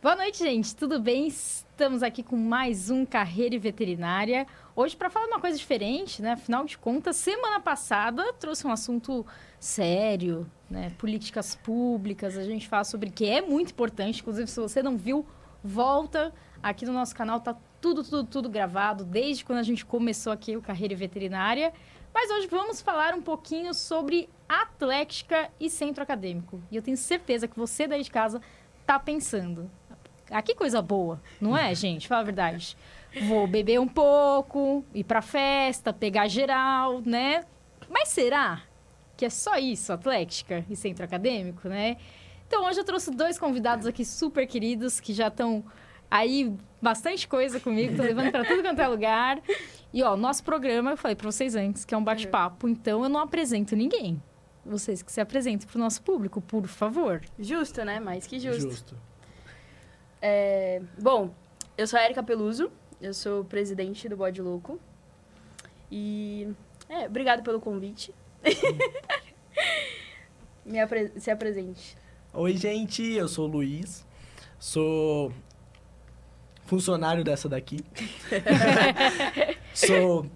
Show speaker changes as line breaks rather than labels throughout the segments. Boa noite, gente. Tudo bem? Estamos aqui com mais um Carreira e Veterinária. Hoje, para falar uma coisa diferente, né? Afinal de contas, semana passada trouxe um assunto sério, né? Políticas públicas. A gente fala sobre que é muito importante. Inclusive, se você não viu, volta aqui no nosso canal. Tá tudo, tudo, tudo gravado desde quando a gente começou aqui o Carreira e Veterinária. Mas hoje vamos falar um pouquinho sobre atlética e centro acadêmico. E eu tenho certeza que você daí de casa tá pensando. Ah, que coisa boa, não é, gente? Fala a verdade. Vou beber um pouco, ir pra festa, pegar geral, né? Mas será que é só isso, Atlética e centro acadêmico, né? Então hoje eu trouxe dois convidados aqui super queridos que já estão aí bastante coisa comigo, tô levando pra tudo quanto é lugar. E ó, nosso programa, eu falei pra vocês antes, que é um bate-papo, então eu não apresento ninguém. Vocês que se apresentem pro nosso público, por favor.
Justo, né? Mais que justo. É, Bom, eu sou a Erika Peluso, eu sou presidente do Bode Louco. E é, obrigado pelo convite. Me apre- se apresente.
Oi, gente, eu sou o Luiz, sou funcionário dessa daqui. sou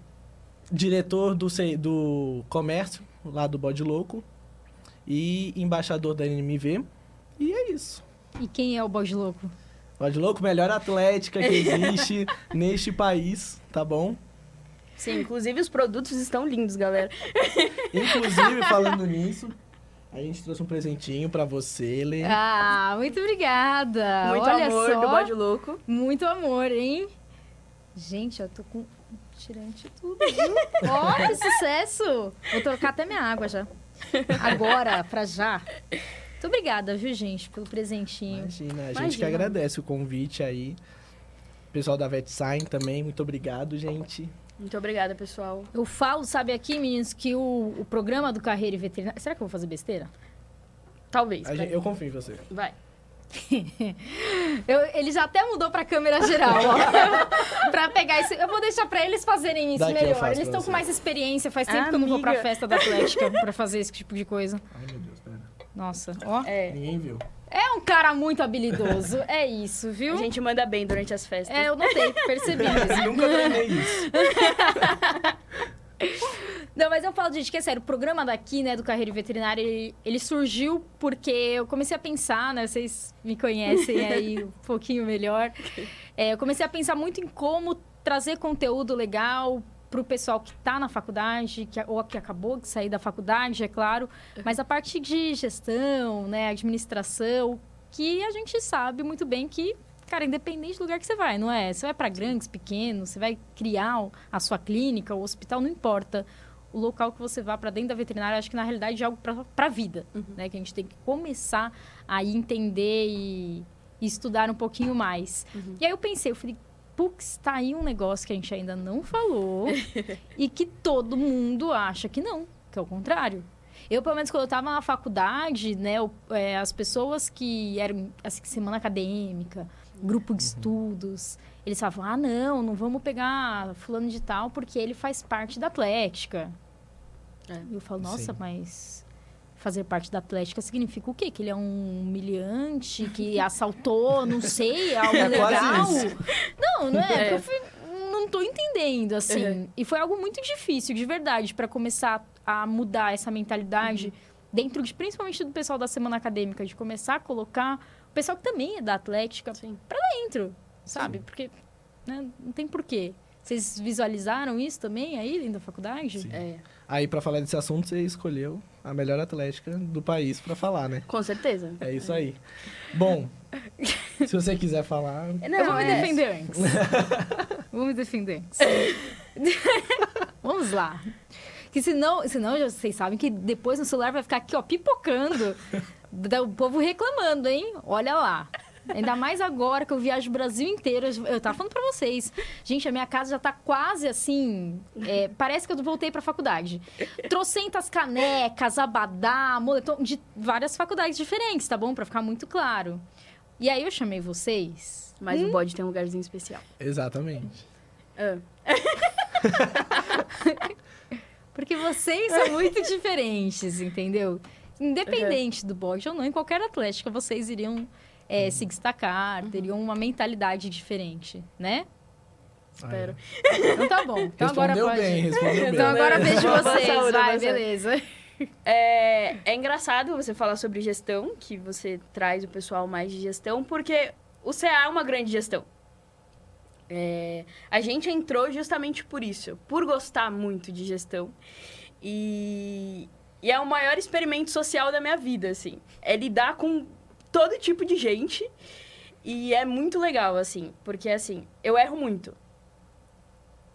diretor do, ce- do comércio lá do Bode Louco e embaixador da NMV. E é isso.
E quem é o bode louco?
Bode Louco, melhor atlética que existe neste país, tá bom?
Sim, inclusive os produtos estão lindos, galera.
Inclusive, falando nisso, a gente trouxe um presentinho pra você, Lê.
Ah, muito obrigada.
Muito
Olha
amor
só,
do Bode Louco.
muito amor, hein? Gente, eu tô com tirante e tudo, viu? Ó, que sucesso! Vou trocar até minha água já. Agora, pra já. Muito obrigada, viu, gente, pelo presentinho.
Imagina, a gente que
Imagina.
agradece o convite aí. Pessoal da VetSign também, muito obrigado, gente.
Muito obrigada, pessoal.
Eu falo, sabe aqui, meninos, que o, o programa do Carreira e Veterinária... Será que eu vou fazer besteira?
Talvez.
A
cara.
gente- eu confio em você.
Vai.
Eu, ele já até mudou pra câmera geral, ó. pra pegar isso. Eu vou deixar pra eles fazerem isso
Daqui eu
melhor.
faço
Eles
pra
estão com
você.
mais experiência. Faz tempo que eu não vou pra
Amiga.
festa da Atlética pra fazer esse tipo de coisa.
Ai, meu Deus, pera.
Nossa, ó.
É,
Ninguém viu.
É um cara muito habilidoso. É isso,
a
viu?
gente manda bem durante as festas.
É, eu notei, percebi mesmo.
Nunca treinei isso.
Não, mas eu falo, gente, que é sério, o programa daqui, né, do Carreira e Veterinária, ele, ele surgiu porque eu comecei a pensar, né, vocês me conhecem aí um pouquinho melhor. É, eu comecei a pensar muito em como trazer conteúdo legal pro pessoal que tá na faculdade, que, ou que acabou de sair da faculdade, é claro, mas a parte de gestão, né, administração, que a gente sabe muito bem que, cara, independente do lugar que você vai, não é? Você vai para grandes, pequenos, você vai criar a sua clínica, o hospital, não importa. O local que você vá para dentro da veterinária, acho que na realidade é algo para a vida, né? Que a gente tem que começar a entender e, e estudar um pouquinho mais. E aí eu pensei, eu falei, putz, tá aí um negócio que a gente ainda não falou e que todo mundo acha que não, que é o contrário. Eu, pelo menos, quando eu tava na faculdade, né, eu, é, as pessoas que eram, assim, semana acadêmica, grupo de estudos, eles falavam, ah, não, não vamos pegar fulano de tal porque ele faz parte da atlética.
É.
E eu falo, nossa,
Sim.
mas fazer parte da atlética significa o quê? Que ele é um humilhante, que assaltou, não sei, algo
É
legal?
quase isso.
Não, não é?
É.
Porque eu fui- não tô entendendo, assim.
Uhum.
E foi algo muito difícil, de verdade, pra começar a mudar essa mentalidade
Uhum.
dentro de, principalmente do pessoal da semana acadêmica, de começar a colocar o pessoal que também é da atlética
Sim.
dentro, sabe? Porque né, não tem porquê. Vocês visualizaram isso também aí dentro da faculdade?
Sim.
É,
Aí, pra falar desse assunto, você escolheu a melhor atlética do país pra falar, né?
com certeza.
É isso aí. Bom, se você quiser falar,
Não,
eu vou me
é-
defender antes. vou me defender antes. Vamos lá. Que senão, senão, já vocês sabem que depois no celular vai ficar aqui, ó, pipocando. Dá o povo reclamando, hein? Olha lá. Ainda mais agora que eu viajo o Brasil inteiro. Eu tava falando pra vocês. Gente, a minha casa já tá quase assim. é, parece que eu voltei pra faculdade. Trocentas canecas, abadá, moletom, de várias faculdades diferentes, tá bom? Pra ficar muito claro. E aí eu chamei vocês.
Mas o bode tem um lugarzinho especial.
exatamente.
Ah,
Porque vocês são muito diferentes, entendeu? Independente do bode ou não, em qualquer atlética, vocês iriam é, se destacar, teriam uma mentalidade diferente, né?
Espero.
Então tá bom. Então agora
Respondeu
pode.
bem, respondeu bem.
Então agora
Beleza.
vejo
Boa
vocês, vai,
saúde, boa saúde.
beleza.
É, é engraçado você falar sobre gestão, que você traz o pessoal mais de gestão, porque o CA é uma grande gestão. É, a gente entrou justamente por isso, por gostar muito de gestão. E, e é o maior experimento social da minha vida, assim. É lidar com todo tipo de gente. E é muito legal, assim, porque, assim, eu erro muito.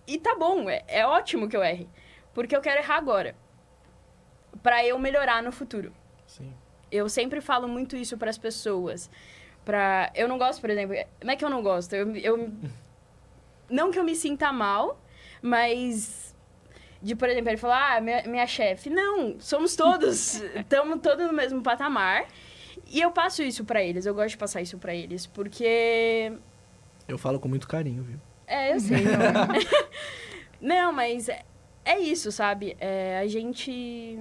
E tá bom, é, é ótimo que eu erre. Porque eu quero errar agora para eu melhorar no futuro.
Sim.
Eu sempre falo muito isso para as pessoas. Pra... Eu não gosto, por exemplo. Não é que eu não gosto. Eu, eu... Não que eu me sinta mal, mas. De, por exemplo, ele falar, ah, minha, minha chefe. Não, somos todos. Estamos todos no mesmo patamar. E eu passo isso para eles. Eu gosto de passar isso para eles. Porque
Eu falo com muito carinho, viu?
é, eu sei. não. não, mas é, é isso, sabe? É, a gente.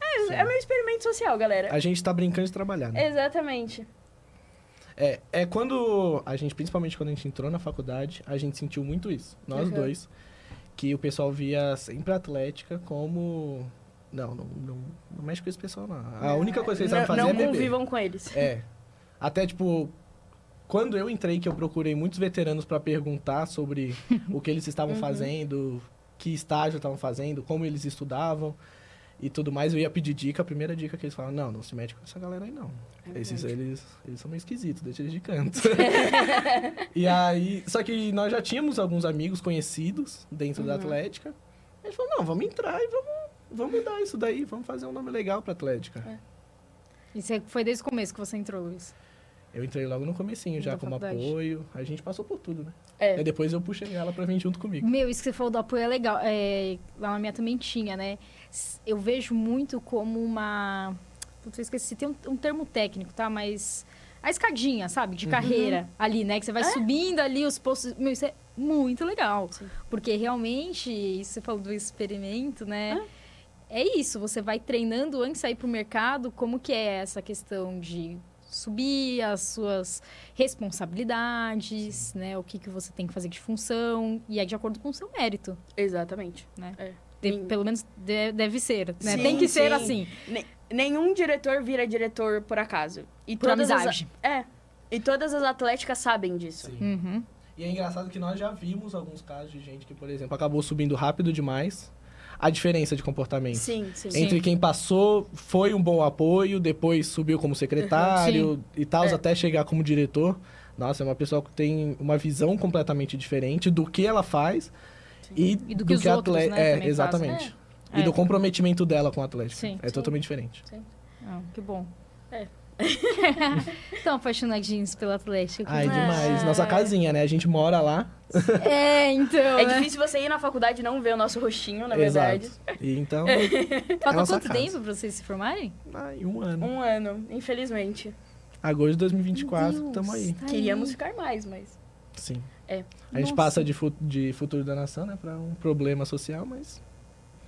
É, é
Sim.
meu experimento social, galera.
A gente tá brincando de trabalhar, né?
Exatamente.
É, é quando a gente, principalmente quando a gente entrou na faculdade, a gente sentiu muito isso, nós
Uhum.
dois, que o pessoal via sempre a Atlética como... Não, não, não, não mexe com esse pessoal, não. A única coisa que eles
não,
sabem fazer
não
é beber.
convivam com eles.
É. Até, tipo, quando eu entrei, que eu procurei muitos veteranos pra perguntar sobre o que eles estavam
Uhum.
fazendo, que estágio estavam fazendo, como eles estudavam e tudo mais. Eu ia pedir dica. A primeira dica que eles falaram, não, não se mete com essa galera aí, não. Esses, eles, eles são meio esquisitos, deixa eles de canto. e aí... Só que nós já tínhamos alguns amigos conhecidos dentro da Atlética. Eles falaram, não, vamos entrar e vamos... Vamos mudar isso daí, vamos fazer um nome legal pra Atlética.
Isso é- foi desde o começo que você entrou, Luiz.
Eu entrei logo no comecinho, já
Da
como
faculdade.
apoio. A gente passou por tudo, né?
É.
Aí depois eu puxei ela pra vir junto comigo.
Meu, isso que você falou do apoio é legal. É, lá na minha também tinha, né? S- Eu vejo muito como uma. Putz, eu esqueci, tem um, um termo técnico, tá? Mas. A escadinha, sabe?
Uhum.
De carreira ali, né? Que
É.
você vai subindo ali os postos. Meu, isso é muito legal. Porque realmente, isso você falou do experimento, né? É. isso, você vai treinando antes de sair pro mercado, como que é essa questão de subir as suas responsabilidades, né? O que, que você tem que fazer de função, e é de acordo com o seu mérito.
Exatamente.
De-
Sim.
pelo menos de- deve ser, né?
Sim,
tem que ser
sim.
assim,
Ne- nenhum diretor vira diretor por acaso. E
por
todas as-
amizade.
É. E todas as atléticas sabem disso.
Uhum.
E é engraçado que nós já vimos alguns casos de gente que, por exemplo, acabou subindo rápido demais. A diferença de comportamento.
Sim, sim.
Entre quem passou, foi um bom apoio, depois subiu como
Uhum.
secretário e tal,
É.
até chegar como diretor. Nossa, é uma pessoa que tem uma visão completamente diferente do que ela faz e,
E do que os outros,
atle-
né,
é,
também fazem.
exatamente. E
É.
do comprometimento dela com o Atlético.
Sim.
é
Sim.
totalmente diferente.
Ah, que bom.
É.
Estão apaixonadinhos pelo Atlético. né?
Ai,
Mas-
demais. Nossa casinha, né? A gente mora lá.
É, então.
É
né?
difícil você ir na faculdade e não ver o nosso roxinho, na
Exato.
verdade.
E então,
É. Falta
nossa
quanto
casa.
tempo pra vocês se formarem?
ai, um ano.
Um ano, infelizmente.
Agosto de
Meu
2024,
Deus,
estamos aí.
tá
Queríamos ficar mais, mas.
Sim.
É.
A gente
Nossa.
passa de, fu- de futuro da nação, né? Pra um problema social, mas.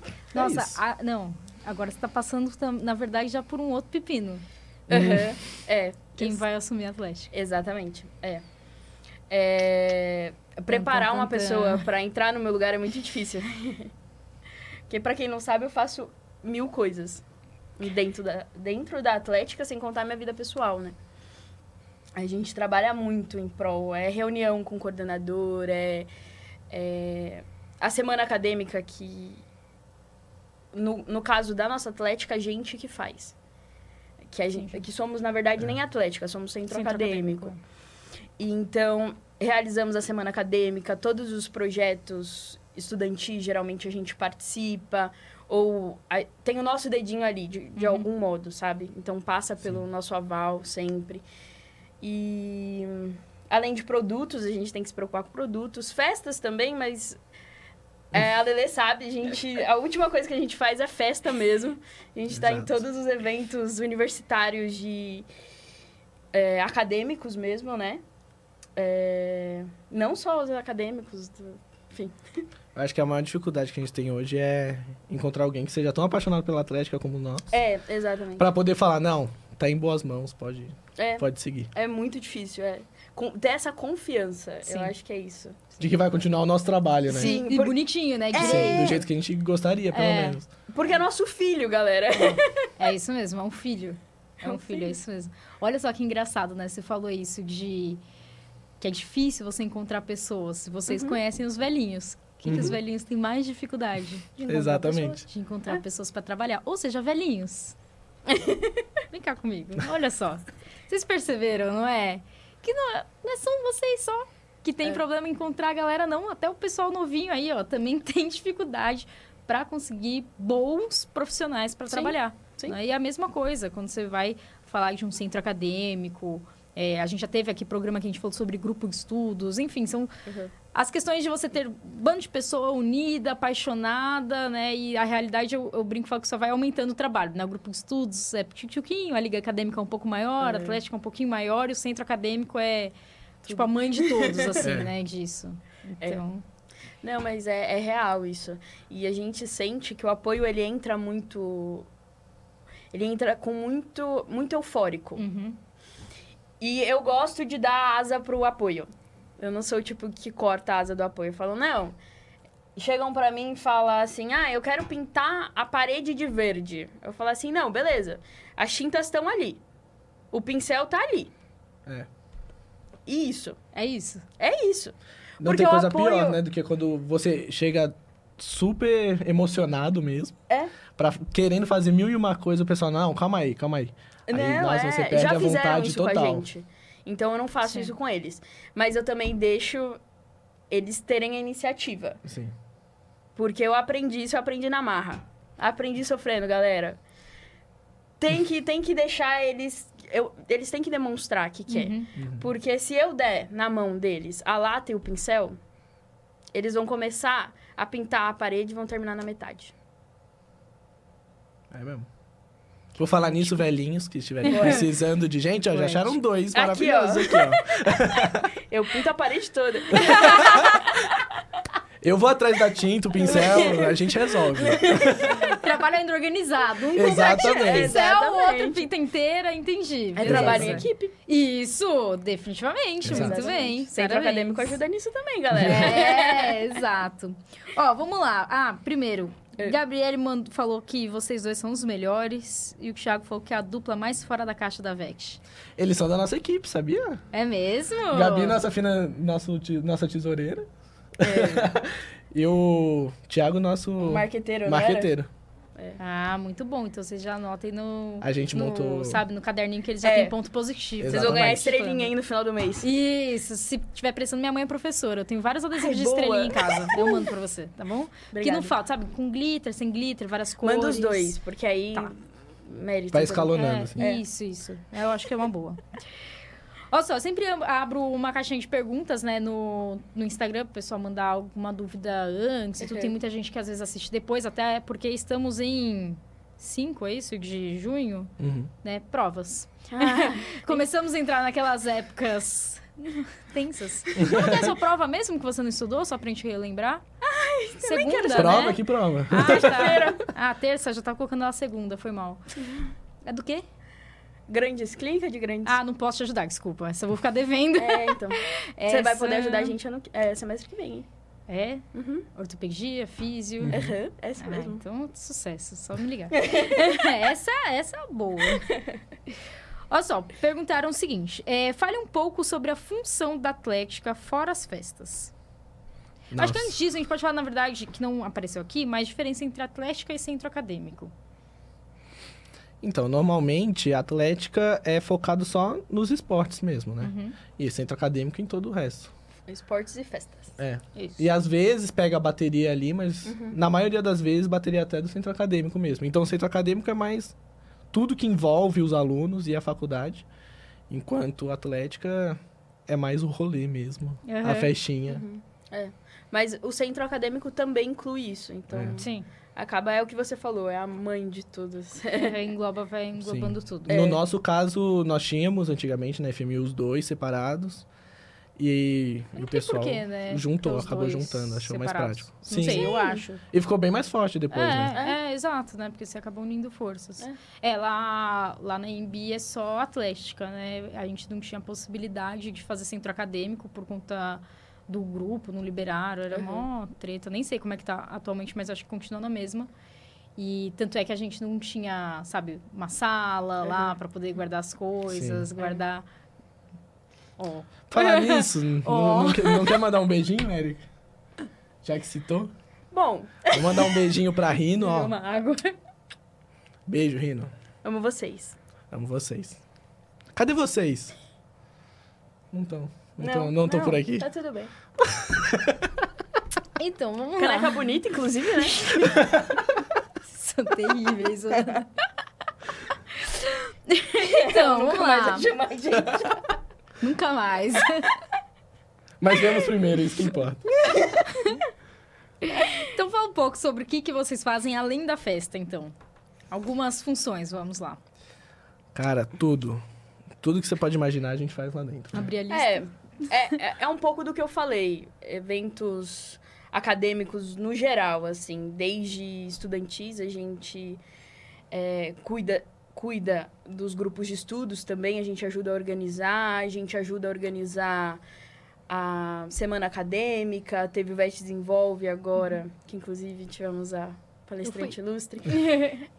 é
Nossa,
isso.
ah, não. Agora você tá passando, tam- na verdade, já por um outro pepino.
Uhum.
Aham. É.
Quem
Ex-
vai assumir a Atlético.
Exatamente. É. É, Preparar
tam,
uma
tam.
pessoa pra entrar no meu lugar é muito difícil. Porque, pra quem não sabe, eu faço mil coisas dentro da, dentro da Atlética, sem contar minha vida pessoal, né? A gente trabalha muito em prol. É reunião com coordenador, é, é a semana acadêmica que. No, no caso da nossa Atlética, a gente que faz. Que, a gente, que somos, na verdade, nem Atlética, somos centro,
Centro
acadêmico. E então, realizamos a semana acadêmica, todos os projetos estudantis, geralmente a gente participa, ou a- tem o nosso dedinho ali, de, de algum modo, sabe? Então, passa pelo nosso aval sempre. E além de produtos, a gente tem que se preocupar com produtos, festas também, mas é, a Lele sabe, a gente, a última coisa que a gente faz é festa mesmo. A gente está em
Exato.
todos os eventos universitários de é, acadêmicos mesmo, né? É, não só os acadêmicos, do-
eu Acho que a maior dificuldade que a gente tem hoje é encontrar alguém que seja tão apaixonado pela Atlética como nós.
É, exatamente.
Pra poder falar, não, tá em boas mãos, pode,
É,
pode seguir.
é muito difícil, é. Com- ter essa confiança,
Sim.
eu acho que é isso.
De que vai continuar o nosso trabalho, né?
Sim,
E
por-
bonitinho, né?
É.
direito.
Sim, do jeito que a gente gostaria, pelo
É.
menos.
Porque é nosso filho, galera.
É isso mesmo, é um filho. É um,
um
filho,
filho.
é isso mesmo. Olha só que engraçado, né? Você falou isso de que é difícil você encontrar pessoas. Vocês conhecem os velhinhos. Quem que os
Uhum.
velhinhos têm mais dificuldade de encontrar
Exatamente.
pessoas? De encontrar pessoas pra trabalhar. Ou seja, velhinhos. Vem cá comigo. Olha só. Vocês perceberam, não é? Que não, é- não é são vocês só que tem
É.
problema em encontrar a galera, não. Até o pessoal novinho aí, ó, também tem dificuldade pra conseguir bons profissionais pra
Sim.
trabalhar.
Sim.
Né? E é a mesma coisa quando você vai falar de um centro acadêmico. é, a gente já teve aqui programa que a gente falou sobre grupo de estudos, enfim, são
Uhum.
as questões de você ter um bando de pessoa unida, apaixonada, né? E a realidade, eu, eu brinco e falo que só vai aumentando o trabalho, né? O grupo de estudos é tchutchuquinho, a liga acadêmica é um pouco maior, a
É.
atlética é um pouquinho maior e o centro acadêmico é, tipo, a mãe de todos, assim,
É.
né? Disso.
É.
Então,
Não, mas é, é real isso. E a gente sente que o apoio, ele entra muito... Ele entra com muito, muito eufórico.
uhum.
E eu gosto de dar asa pro apoio. Eu não sou o tipo que corta a asa do apoio. Eu falo, não. Chegam pra mim e falam assim: ah, eu quero pintar a parede de verde. Eu falo assim: não, beleza. As tintas estão ali. O pincel tá ali.
É.
E isso.
é isso.
É isso.
Não
Porque
tem
o
coisa
apoio-
pior, né? Do que quando você chega super emocionado mesmo.
É.
Pra, querendo fazer mil e uma coisa, o pessoal, não, calma aí, calma aí. Aí,
não,
nossa,
é.
você perde
Já
a
fizeram
vontade
isso com a
total.
gente. Então eu não faço
Sim.
isso com eles. Mas eu também deixo eles terem a iniciativa.
Sim.
Porque eu aprendi isso, eu aprendi na marra. Aprendi sofrendo, galera. Tem que, tem que deixar eles. eu- eles têm que demonstrar que é. quer.
Uhum.
Porque se eu der na mão deles a lata e o pincel, eles vão começar a pintar a parede e vão terminar na metade.
É mesmo. Vou falar nisso, velhinhos, que estiverem
Tipo, Ué.
precisando de gente, ó, já
Ué.
acharam dois
Aqui,
maravilhosos aqui, ó.
Eu pinto a parede toda.
Eu vou atrás da tinta, o pincel, a gente resolve.
É, Trabalho ainda organizado. Um
Exatamente.
pincel, o um outro
Exatamente.
pinta inteira, entendi.
É
Beleza.
trabalho em equipe.
Isso, definitivamente, muito
Exatamente.
bem.
Centro
parabéns.
acadêmico ajuda nisso também, galera.
É, exato. Ó, vamos lá. Ah, primeiro,
É.
Gabriele mand- falou que vocês dois são os melhores e o Thiago falou que é a dupla mais fora da caixa da Vex.
Eles são da nossa equipe, sabia?
É mesmo?
Gabi, nossa, fina, nosso, ti- nossa tesoureira.
É.
e o Thiago, nosso
Marqueteiro, né?
marqueteiro.
Ah, muito bom. Então vocês já anotem no.
A gente
no,
montou-
Sabe, no caderninho que eles já
É.
têm ponto positivo.
Vocês vão ganhar a
Exatamente.
estrelinha aí no final do mês.
Isso, se tiver pressão, minha mãe é professora. Eu tenho vários adesivos
Ai,
de
boa.
estrelinha em casa. Eu mando pra você, tá bom? Que
Obrigada.
não falta, sabe? Com glitter, sem glitter, várias cores. Tá.
Manda os dois, porque aí... Mérito.
Vai escalonando,
É,
assim.
É.
Isso, isso. Eu acho que é uma boa. Olha só, eu sempre am- abro uma caixinha de perguntas, né, no, no Instagram, pro pessoal mandar alguma dúvida antes. e tudo.
Ok.
Tem muita gente que às vezes assiste depois, até porque estamos em 5, é isso? De junho,
Uhum.
né? Provas.
Ah,
Começamos a entrar naquelas épocas tensas. Como que é a sua prova mesmo que você não estudou, só pra gente relembrar? Ai, Segunda, né?
Prova, que prova.
Ah, tá. ah, terça, já tava colocando ela segunda, foi mal. É do quê?
grandes, clínica de grandes.
Ah, não posso te ajudar, desculpa. Essa eu vou ficar devendo.
É, então. Você
Essa-
vai poder ajudar a gente ano, que- é, semestre que vem. hein?
É?
Uhum.
Ortopedia, físio.
Uhum.
Aham, é isso
Ah,
mesmo.
então, sucesso, só me ligar. essa, essa é boa. Olha só, perguntaram o seguinte: é, fale um pouco sobre a função da Atlética fora as festas. Acho que é antes disso, a gente pode falar, na verdade, que não apareceu aqui, mas a diferença entre Atlética e centro acadêmico.
Então, normalmente, a atlética é focado só nos esportes mesmo, né?
Uhum.
E centro acadêmico em todo o resto.
então
Esportes e festas.
É.
Isso.
E às vezes pega a bateria ali, mas
Uhum.
na maioria das vezes bateria até do centro acadêmico mesmo. Então, o centro acadêmico é mais tudo que envolve os alunos e a faculdade, enquanto a atlética é mais o rolê mesmo,
Aham. Uhum.
a festinha.
Mas o centro acadêmico também inclui isso. Então,
É.
Sim,
acaba é o que você falou, é a mãe de todas.
engloba, vai
É.
englobando tudo.
né, No nosso caso, nós tínhamos antigamente na FMI os dois separados. E, e o pessoal
porquê, né?
juntou,
Os
acabou
dois
juntando, achou mais
separados.
prático.
Não
Sim.
sei, eu acho.
E ficou bem mais forte depois, né?
É, é, exato, né? Porque você acaba unindo forças. É, lá, lá na EMB é só atlética, né? A gente não tinha possibilidade de fazer centro acadêmico por conta do grupo, não liberaram, era mó treta. Nem sei como é que tá atualmente, mas acho que continua na mesma. E tanto é que a gente não tinha, sabe, uma sala lá pra poder guardar as coisas, guardar. Ó,
Falar nisso, n-
Ó.
não, quer- não quer mandar um beijinho, Eric? Já que citou?
Bom,
Vou mandar um beijinho pra Rino,
uma
ó.
água.
Beijo, Rino.
amo vocês.
Amo vocês. Cadê vocês? Não estão. Não estão não, tão por aqui.
Tá tudo bem.
Então, vamos lá.
Caneca bonita, inclusive, né?
São terríveis. Ana. então, vamos
Nunca
lá.
mais vai chamar a gente.
Nunca mais.
Mas vemos primeiro, é isso que importa.
então fala um pouco sobre o que, que vocês fazem além da festa, então. Algumas funções, vamos lá.
Cara, tudo. Tudo que você pode imaginar, a gente faz lá dentro. né?
Abrir a lista.
É, é, é- é um pouco do que eu falei. Eventos acadêmicos no geral, assim. Desde estudantis, a gente é, cuida, cuida dos grupos de estudos também. A gente ajuda a organizar, a gente ajuda a organizar a semana acadêmica. Teve o Veste Desenvolve agora, que inclusive tivemos a palestrante ilustre.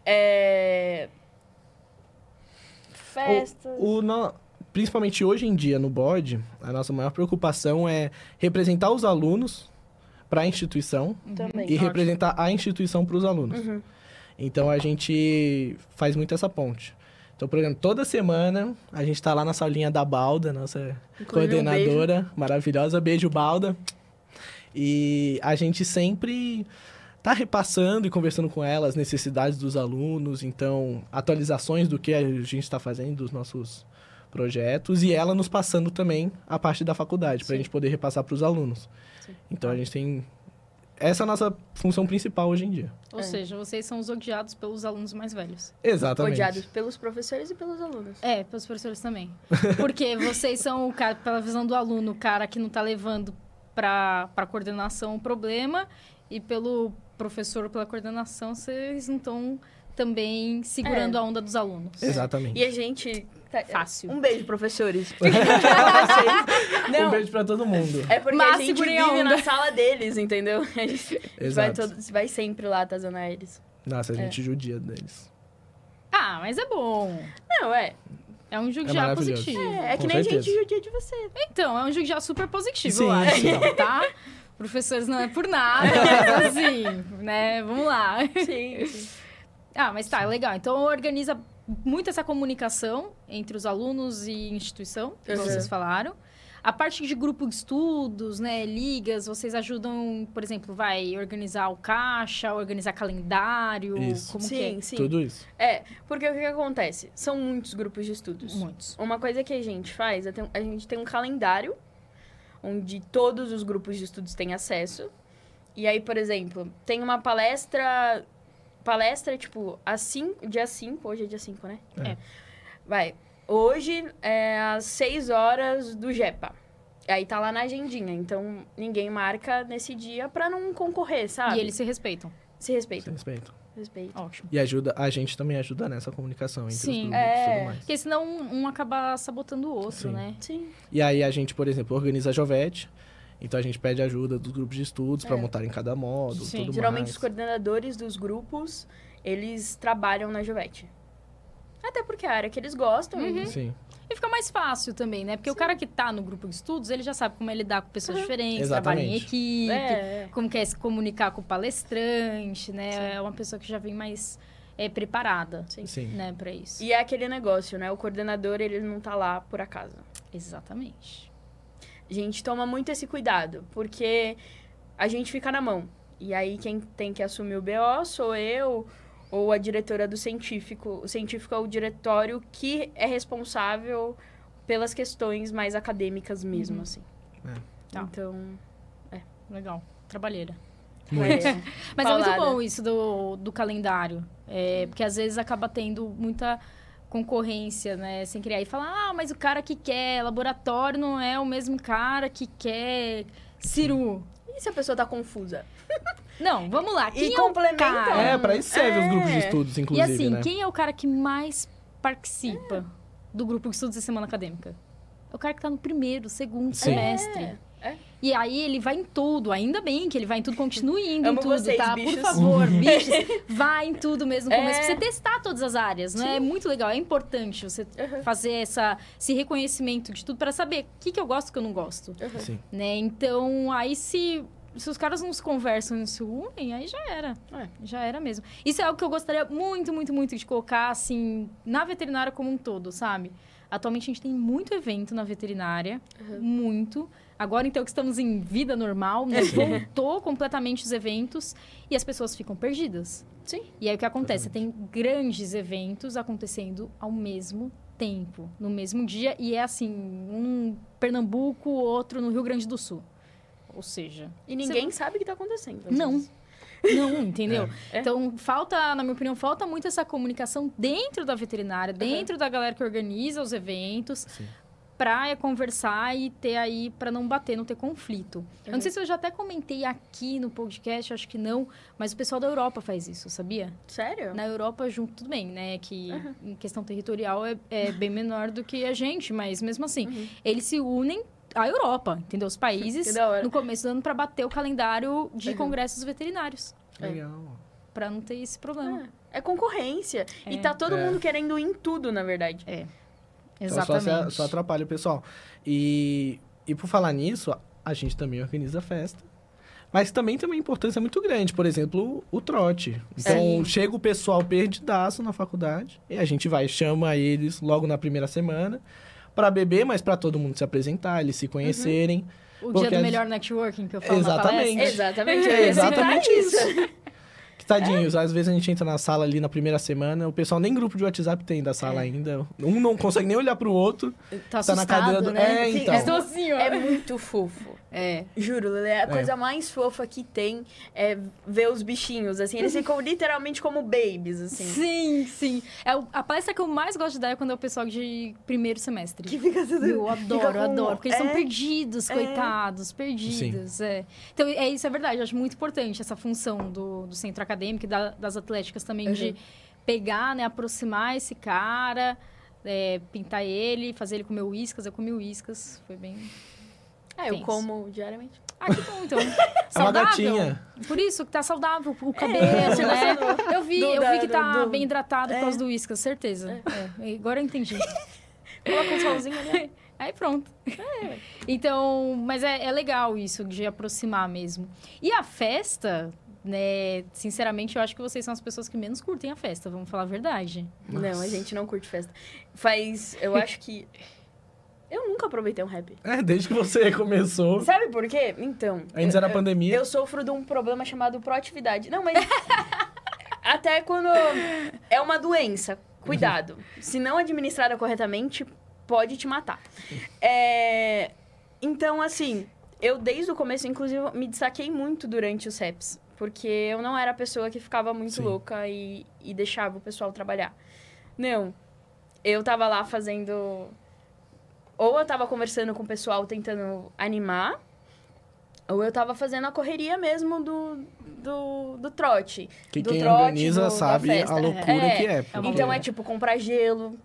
É... Festas...
O no- Principalmente hoje em dia, no BOD, a nossa maior preocupação é representar os alunos para a instituição
Também.
e representar a instituição para os alunos.
Uhum.
Então a gente faz muito essa ponte. Então, por exemplo, toda semana a gente está lá na saulinha da Balda, nossa
Inclusive, um beijo.
coordenadora maravilhosa. Beijo, Balda. E a gente sempre tá repassando e conversando com ela as necessidades dos alunos, então atualizações do que a gente está fazendo, dos nossos projetos, e ela nos passando também a parte da faculdade, para a gente poder repassar para os alunos. Então a gente tem. Essa é a nossa função principal hoje em dia.
Ou
É.
seja, vocês são os odiados pelos alunos mais velhos.
Exatamente.
Odiados pelos professores e pelos alunos.
É, pelos professores também. Porque vocês são o cara, pela visão do aluno, o cara que não tá levando pra, pra coordenação o problema. E pelo professor, pela coordenação, vocês não estão também segurando
É.
a onda dos alunos.
Exatamente.
E a gente. tá-
Fácil.
Um beijo, professores.
Um
Não,
beijo para todo mundo.
é porque
Mas
a gente
segurem
vive
a onda.
na sala deles, entendeu? A gente vai,
Exato.
todo- É. vai sempre lá tá, atazanar eles.
Nossa, a gente judia deles.
Ah, mas é bom.
Não, é.
É um jogo
É
já
maravilhoso.
positivo.
É, é que
Com
nem a
certeza.
gente judia de você.
Então, é um jogo já super positivo,
Sim,
eu acho,
sim.
tá? Professores não é por nada, mas assim, né? Vamos lá.
Sim, sim.
Ah, mas tá, legal. Então organiza muito essa comunicação entre os alunos e instituição, que
Uhum.
vocês falaram. A parte de grupo de estudos, né, ligas, vocês ajudam, por exemplo, vai organizar o caixa, organizar calendário,
Isso.
como é?
Sim, sim.
Tudo isso.
É, porque o que, que acontece? São muitos grupos de
que
estudos.
é? Muitos.
Uma coisa que a gente faz, é ter- a gente tem um calendário onde todos os grupos de estudos têm acesso. E aí, por exemplo, tem uma palestra. Palestra, tipo, às cinco- dia 5, hoje é dia 5, né?
É.
É.
Vai. Hoje é às 6 horas do JEPA. Aí tá lá na agendinha, então ninguém marca nesse dia pra não concorrer, sabe?
E eles se respeitam.
se respeitam.
Sem respeito.
Respeita.
Ótimo.
E ajuda, a gente também ajuda nessa comunicação entre
Sim.
os grupos e
É.
tudo mais.
Porque senão um um acaba sabotando o outro,
Sim.
né?
Sim.
E aí a gente, por exemplo, organiza a Jovete. Então a gente pede ajuda dos grupos de estudos pra montarem cada módulo,
É. Sim.
tudo
Geralmente os
mais.
coordenadores dos grupos, eles trabalham na Jovete. Até porque é a área que eles gostam. eles-
Sim,
E fica mais fácil também, né? Porque o cara que tá no grupo de estudos, ele já sabe como é lidar com
Uhum.
pessoas diferentes, trabalha em
Exatamente.
equipe,
É, é.
como que é se comunicar com o palestrante, né? É uma pessoa que já vem mais é, preparada,
sim.
né, pra isso.
E é aquele negócio, né? O coordenador, ele não tá lá por acaso.
Exatamente.
A gente toma muito esse cuidado, porque a gente fica na mão. E aí quem tem que assumir o BO sou eu ou a diretora do científico. O científico é o diretório que é responsável pelas questões mais acadêmicas mesmo, assim.
É.
Tá.
Então,
Legal. Trabalheira.
Muito.
é.
Mas é
Paulada.
muito bom isso do, do calendário. É, porque às vezes acaba tendo muita concorrência, né? Sem criar e falar, ah, mas o cara que quer laboratório não é o mesmo cara que quer Ciru.
E se a pessoa tá confusa?
Não, vamos lá. Quem é o
complementam.
cara?
É, pra isso serve os grupos de
É.
estudos,
E
inclusive,
assim,
né?
quem é o cara que mais participa
É.
do grupo de estudos da semana acadêmica? É o cara que tá no primeiro, segundo
Sim.
semestre.
É, é.
E aí ele vai em tudo, ainda bem que ele vai em tudo, continue indo
Amo
em tudo,
vocês,
tá?
bichos.
Por favor,
Uhum.
bichos, vai em tudo mesmo no começo,
É.
pra você testar todas as áreas, né? É muito legal, é importante você
Uhum.
fazer essa, esse reconhecimento de tudo pra saber o que, que eu gosto e o que eu não gosto,
Uhum.
Sim.
né? Então, aí se, se os caras não se conversam e não se unem, aí já era.
É.
Já era mesmo. Isso é algo que eu gostaria muito, muito, muito de colocar, assim, na veterinária como um todo, sabe? Atualmente a gente tem muito evento na veterinária,
Uhum.
muito. Agora, então, que estamos em vida normal,
É.
né?
Sim.
Voltou completamente os eventos e as pessoas ficam perdidas.
Sim.
E aí o que acontece? Tem grandes eventos acontecendo ao mesmo tempo, no mesmo dia, e é assim, um em Pernambuco, outro no Rio Grande do Sul. Ou seja,
E ninguém sabe o que tá acontecendo. às
não.
vezes.
Não, entendeu?
É.
Então, falta, na minha opinião, falta muito essa comunicação dentro da veterinária, dentro da galera que organiza os eventos,
Sim.
pra é, conversar e ter aí, pra não bater, não ter conflito. Eu não
Uhum.
sei se eu já até comentei aqui no podcast, acho que não, mas o pessoal da Europa faz isso, sabia?
Sério?
Na Europa, junto, tudo bem, né? Que
Uhum.
em questão territorial é, é bem menor do que a gente, mas mesmo assim,
Uhum.
eles se unem à Europa, entendeu? Os
Que
países
da hora.
no começo do ano pra bater o calendário de
Uhum.
congressos veterinários,
É.
Legal.
Pra não ter esse problema.
É. É concorrência. E
É.
tá todo
É.
mundo querendo ir em tudo, na verdade.
Então, só, se- só atrapalha o pessoal. E, e por falar nisso, a- a gente também organiza festa. Mas também tem uma importância muito grande, por exemplo, o trote. Então,
É. Sim.
chega o pessoal perdidaço na faculdade, e a gente vai, chama eles logo na primeira semana pra beber, mas pra todo mundo se apresentar, eles se conhecerem.
Uhum.
O
Porque
dia do
as-
melhor networking que eu falo
Exatamente.
na palestra.
Exatamente. Tá
É
eu ia
exatamente
citar
isso. Que
É.
tadinhos, às vezes a gente entra na sala ali na primeira semana, o pessoal nem grupo de WhatsApp tem da
É.
sala ainda. Um não consegue nem olhar pro outro.
Tá
Tá na
assustado,
cadeira do-
né?
É,
Sim,
então.
Estou assim, ó.
É muito fofo.
É.
Juro, Lele, a coisa mais fofa que tem é ver os bichinhos, assim. Eles ficam literalmente como babies, assim.
Sim, sim. É o- a palestra que eu mais gosto de dar é quando é o pessoal de primeiro semestre.
Que fica tudo...
Eu
Fica
adoro,
com-
eu adoro. Porque eles
é.
são perdidos,
É.
coitados, perdidos. É. Então, é isso, é verdade. Eu acho muito importante essa função do, do centro acadêmico e da- das atléticas também, de
Uhum.
pegar, né, aproximar esse cara, é, pintar ele, fazer ele comer uíscas. Eu comi uíscas, foi bem...
Ah, eu
Tem
como diariamente.
Ah, que bom, então.
É uma
saudável.
gatinha.
Por isso que tá saudável o cabelo,
É, você
né?
gostou do-
Eu vi,
do-
eu
da-
vi que
do-
tá
do-
bem hidratado
É.
por causa do uísque, certeza. É, Agora eu entendi.
Coloca um solzinho ali. É.
Aí pronto. Então, mas é, é legal isso de aproximar mesmo. E a festa, né? Sinceramente, eu acho que vocês são as pessoas que menos curtem a festa, vamos falar a verdade.
Não, a gente não curte festa. Faz... Eu acho que... Eu nunca aproveitei um rap.
É, desde que você começou.
Sabe por quê? Então...
Antes era pandemia.
Eu sofro de um problema chamado proatividade. Não, mas. até quando. É uma doença. Cuidado. Se não administrada corretamente, pode te matar. É, Então, assim, eu desde o começo, inclusive, me destaquei muito durante os CEPs. Porque eu não era a pessoa que ficava muito
Sim.
louca e, e deixava o pessoal trabalhar. Não. Eu tava lá fazendo. Ou eu tava conversando com o pessoal tentando animar, ou eu tava fazendo a correria mesmo do, do, do trote.
que
do
quem
trote,
organiza
do- da
sabe
festa.
a loucura
É,
que é.
uma
porque-
Então é tipo comprar gelo,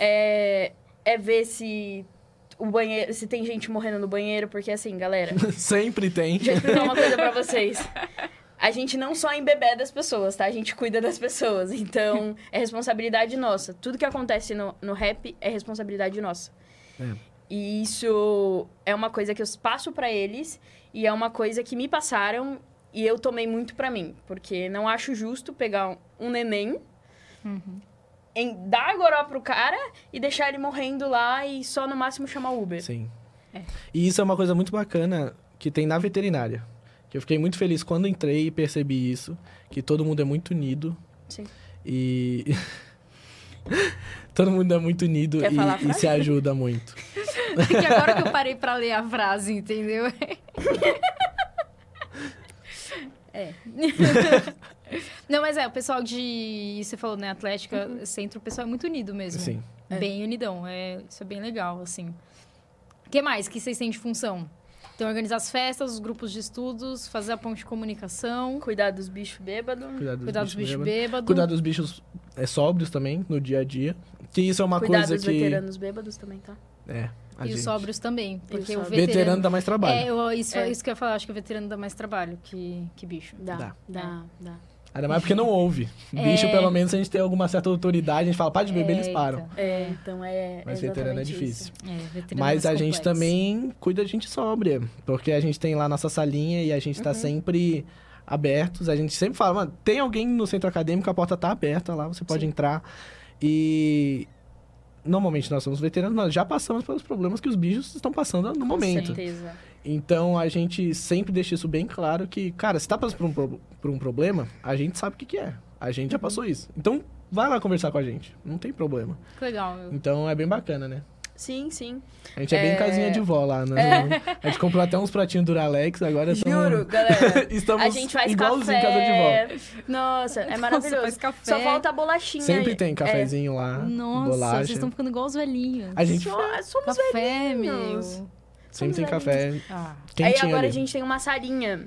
é, é ver se o banheiro, se tem gente morrendo no banheiro, porque assim, galera,
Sempre tem.
deixa eu explicar uma coisa pra vocês. A gente não só embebeda das pessoas, tá? A gente cuida das pessoas. Então, é responsabilidade nossa. Tudo que acontece no, no rap é responsabilidade nossa.
É.
E isso é uma coisa que eu passo pra eles e é uma coisa que me passaram e eu tomei muito pra mim. Porque não acho justo pegar um, um neném, em, dar goró pro cara e deixar ele morrendo lá e só no máximo chamar o Uber.
Sim.
É.
E isso é uma coisa muito bacana que tem na veterinária. Que eu fiquei muito feliz quando entrei e percebi isso. Que todo mundo é muito unido.
Sim.
E. todo mundo é muito unido
Quer
e-
falar a
e
frase?
se ajuda muito.
Porque agora que eu parei pra ler a frase, entendeu? É. Não, mas é, o pessoal de. Você falou, né? Atlética,
Uhum.
centro, o pessoal é muito unido mesmo.
Sim.
É.
Bem unidão. É, isso é bem legal, assim. O que mais que vocês têm de função? Então, organizar as festas, os grupos de estudos, fazer a ponte de comunicação,
Cuidar dos bichos bêbados.
Cuidar dos
cuidar dos bichos bêbados.
Cuidar dos bichos é, sóbrios também, no dia a dia. Que isso é uma
Cuidar
coisa
dos
que.
veteranos bêbados também, tá?
É. a
E os
gente-
sóbrios também. Porque o
sóbrios.
veterano.
Veterano dá mais
é,
trabalho.
eu- isso,
É.
isso que eu ia falar, acho que o veterano dá mais trabalho que, que bicho.
Dá.
Dá.
Dá, dá.
Ainda mais porque não ouve. Bicho, pelo menos, se a gente tem alguma certa autoridade, a gente fala, para de beber, eles
É. Eita.
param.
É, então é.
Mas
é
veterano é
exatamente
difícil.
isso.
É, veterano
Mas
é
a
mais
gente
complexo.
também cuida de gente sóbria. Porque a gente tem lá nossa salinha e a gente tá sempre abertos. A gente sempre fala, mano, tem alguém no centro acadêmico, a porta tá aberta lá, você pode entrar. E normalmente nós somos veteranos, nós já passamos pelos problemas que os bichos estão passando no momento.
Certeza.
Então a gente sempre deixa isso bem claro que, cara, se tá passando por um, pro- por um problema, a gente sabe o que, que é. A gente já passou isso. Então vai lá conversar com a gente. Não tem problema.
Que legal, meu.
Então é bem bacana, né?
Sim, sim.
A gente é, bem
É.
casinha de vó lá, né? A gente comprou até uns pratinhos Duralex, agora estamos...
Juro, galera.
Então, estamos
a gente faz
igualzinho
café.
casa de vó.
Nossa, é
Nossa,
maravilhoso.
faz café.
Só falta a bolachinha.
Sempre
aí.
tem cafezinho lá,
Nossa,
Ah, bolacha.
vocês estão ficando igual os velhinhos.
A gente
So- Somos
Café,
velhinhos.
meu.
sempre
somos
tem café
Ah,
quentinho
Aí agora
ali.
a gente tem uma salinha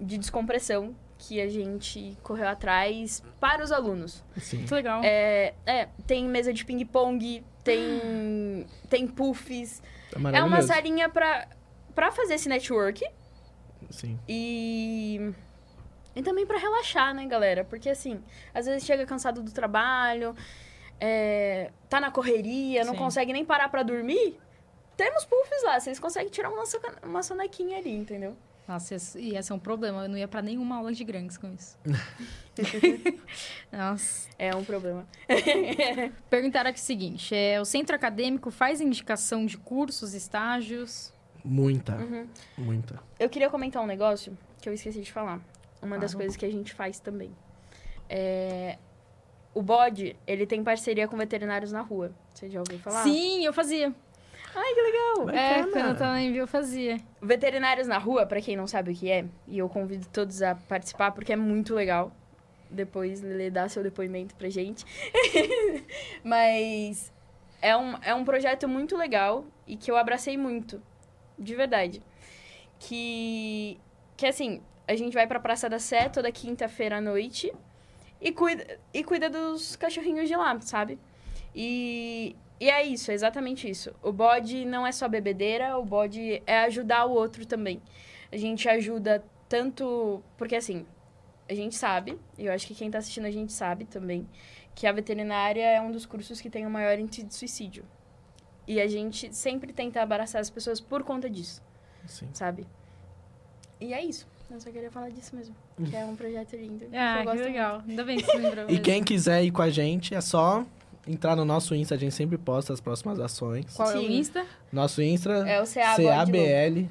de descompressão que a gente correu atrás para os alunos.
Sim. tá
que legal.
É, é, tem mesa de ping-pong, tem, tem puffs.
Tá
É uma
maravilhoso.
salinha pra, pra fazer esse network
Sim.
e. E também pra relaxar, né, galera? Porque assim, às vezes chega cansado do trabalho, é, tá na correria, não
Sim.
consegue nem parar pra dormir. Temos puffs lá, vocês conseguem tirar uma, soca- uma sonequinha ali, entendeu?
Nossa, ia ser- ia ser um problema. Eu não ia pra nenhuma aula de grandes com isso. Nossa.
É um problema.
Perguntaram aqui o seguinte: é, o centro acadêmico faz indicação de cursos, estágios?
Muita,
Uhum.
muita.
Eu queria comentar um negócio que eu esqueci de falar. Uma das
Claro.
coisas que a gente faz também. É, O bode, ele tem parceria com veterinários na rua. Você já ouviu falar?
Sim, eu fazia.
Ai, que legal!
É,
Bacana.
quando eu tava em Envio, eu fazia.
Veterinários na rua, pra quem não sabe o que é, e eu convido todos a participar porque é muito legal. Depois Lelê dá seu depoimento pra gente. Mas é um, é um projeto muito legal e que eu abracei muito, de verdade. Que, que assim, a gente vai pra Praça da Sé toda quinta-feira à noite e cuida, e cuida dos cachorrinhos de lá, sabe? E, e é isso, é exatamente isso. O bode não é só bebedeira, o bode é ajudar o outro também. A gente ajuda tanto. Porque assim, a gente sabe, e eu acho que quem tá assistindo a gente sabe também, que a veterinária é um dos cursos que tem o maior índice de suicídio. E a gente sempre tenta abraçar as pessoas por conta disso,
Sim.
sabe? E é isso. Eu só queria falar disso mesmo. Que é um projeto lindo.
Ah,
eu
que
gosto
legal. Ainda bem que você lembrou.
E
mesmo.
quem quiser ir com a gente, é só entrar no nosso Insta, a gente sempre posta as próximas ações.
Qual é o
Sim.
Insta?
Nosso Insta,
muito. É o CA Bode Louco.
CABL.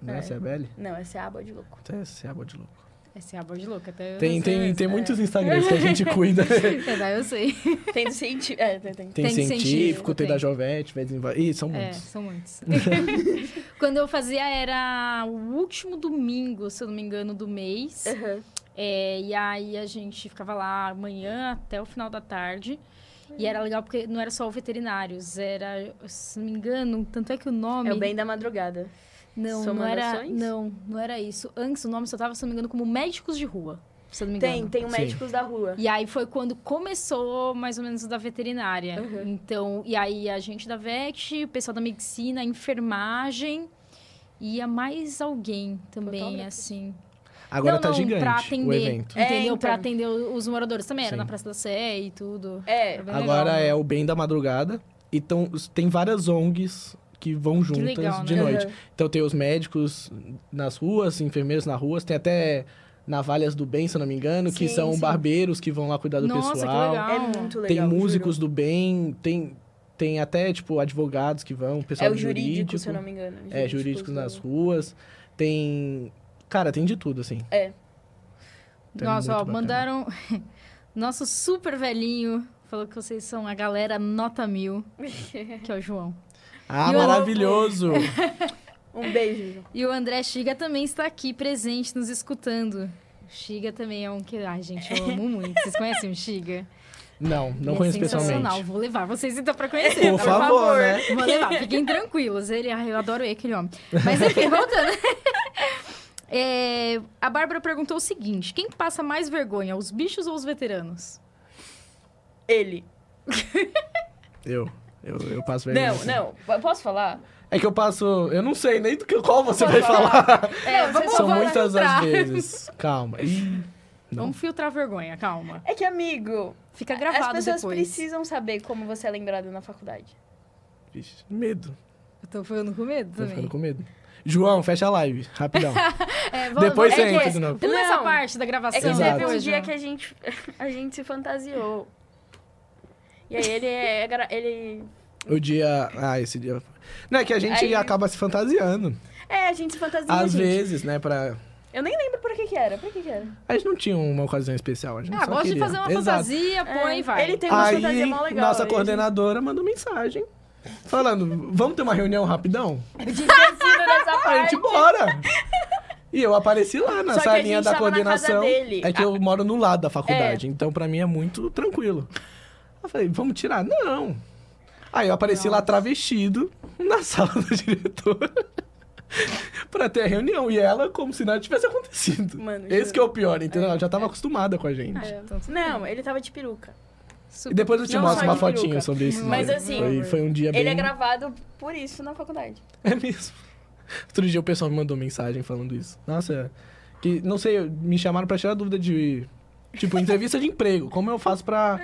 Não é
É.
CABL?
Não, é CA Bode Louco.
Até CA Bode Louco.
Esse é a Boa de louca. Até eu
Tem,
não sei
tem,
mesmo.
tem muitos Instagrams que a gente cuida.
É, daí eu sei.
Tem do científico. É, tem, tem.
Tem,
Tem
científico,
científico,
tem,
tem.
da Jovete, vez em vai- Ih, são
É,
muitos.
são muitos. Quando eu fazia era o último domingo, se eu não me engano, do mês.
Aham.
É, e aí a gente ficava lá amanhã até o final da tarde. E era legal porque não era só o veterinários, era, se não me engano, tanto é que o nome.
É o bem da madrugada.
não, não
Somando
era,
Ações?
não, não era isso. Antes o nome só tava, se não me engano, como médicos de rua, se eu não me engano.
Tem, tem o
Sim.
Médicos da Rua.
E aí foi quando começou mais ou menos o da veterinária.
Uhum.
Então, e aí a gente da VET, o pessoal da medicina, a enfermagem e a mais alguém também,
Fotógrafos?
assim.
Agora
não,
tá
não, pra
gigante
atender,
o evento.
Entendeu?
É, então.
Pra atender os moradores também, era
Sim.
na Praça da Sé e tudo.
É,
bem
Agora
legal, né?
é o Bem da Madrugada. E tão- tem várias ONGs que vão juntas
legal,
de
né?
noite.
Aham. É
Então tem os médicos nas ruas, enfermeiros nas ruas, tem até navalhas do bem, se eu não me engano, que
Sim,
são
sim.
barbeiros que vão lá cuidar do
Nossa, que
pessoal.
legal.
é muito legal.
Tem
juro.
músicos do bem, tem, tem até, tipo, advogados que vão, pessoal
É o
do
jurídico,
jurídico.
se eu não me engano.
É, jurídicos
do-
nas ruas. Tem. Cara, tem de tudo, assim. Então é
Nossa, ó,
muito bacana.
mandaram. Nosso super velhinho falou que vocês são a galera nota mil, que é o João.
Ah,
E o-
maravilhoso!
Um beijo, Ju.
E o André Chiga também está aqui presente, nos escutando. Xiga também é um que, ai, gente, eu amo muito. Vocês conhecem o Xiga?
Não, não
Ele
conheço
é sensacional.
pessoalmente.
Vou levar vocês então pra conhecer.
Por
tá?
favor,
favor.
né?
Vou levar, fiquem tranquilos. Ele, ai, eu adoro aquele homem. Mas enfim, voltando. É, a Bárbara perguntou o seguinte: quem passa mais vergonha, os bichos ou os veteranos?
Ele.
Eu. Eu, eu passo vergonha.
Não,
assim.
não. P- Posso falar?
É que eu passo. Eu não sei nem do que, qual você
Posso
vai
falar?
falar.
É, vamos,
São
vamos
muitas
filtrar.
as vezes. Calma. Ih, Não.
Vamos filtrar a vergonha, calma.
É que, amigo,
Fica
as
Tá gravado
pessoas
depois.
precisam saber como você é lembrado na faculdade.
vixe, medo.
Eu tô ficando com medo
Tô
também.
ficando com medo. João, fecha a live, rapidão.
É,
Depois
vamos-
você
é que-
entra de novo.
Pula essa
Não.
parte da gravação. né?
É que
Exato.
teve um
depois,
dia
João.
que a gente, a gente se fantasiou. E aí ele é. gra- Ele...
O dia. Ah, esse dia. Não, é que a gente
Aí-
acaba se fantasiando.
É, a gente se fantasia,
Às
gente.
vezes, né? Pra...
Eu nem lembro pra que que era. Pra que que era?
A gente não tinha uma ocasião especial. A gente
Ah,
só
gosta de
queria.
fazer uma
Exato.
fantasia, põe
É,
e vai.
Ele tem uma fantasia
Aí,
mó legal.
nossa
ele-
coordenadora mandou mensagem. Falando, vamos ter uma reunião rapidão?
tá-
Eu tinha esquecido dessa
A
parte.
gente bora! E eu apareci lá na
Só que a
salinha
gente
da
tava na casa
coordenação.
dele. Ah.
É que eu moro no lado da faculdade, então pra mim é muito tranquilo. Eu falei, vamos tirar? Não. Aí eu apareci lá travestido na sala do diretor pra ter a reunião. E ela, como se nada tivesse acontecido.
Mano,
Esse
juro. É.
que é o pior, entendeu? Ela já tava acostumada com a gente.
Ah, então tudo
Não, ele tava de peruca.
Tá
Super.
E depois eu te
Não
mostro
só
uma
de peruca.
fotinha sobre isso.
Mas
né?
assim,
Foi, foi um dia bem...
Ele é gravado por isso na faculdade.
É mesmo. Outro dia o pessoal me mandou mensagem falando isso. Nossa, que não sei, me chamaram pra tirar dúvida de. Tipo, entrevista de emprego. Como eu faço pra,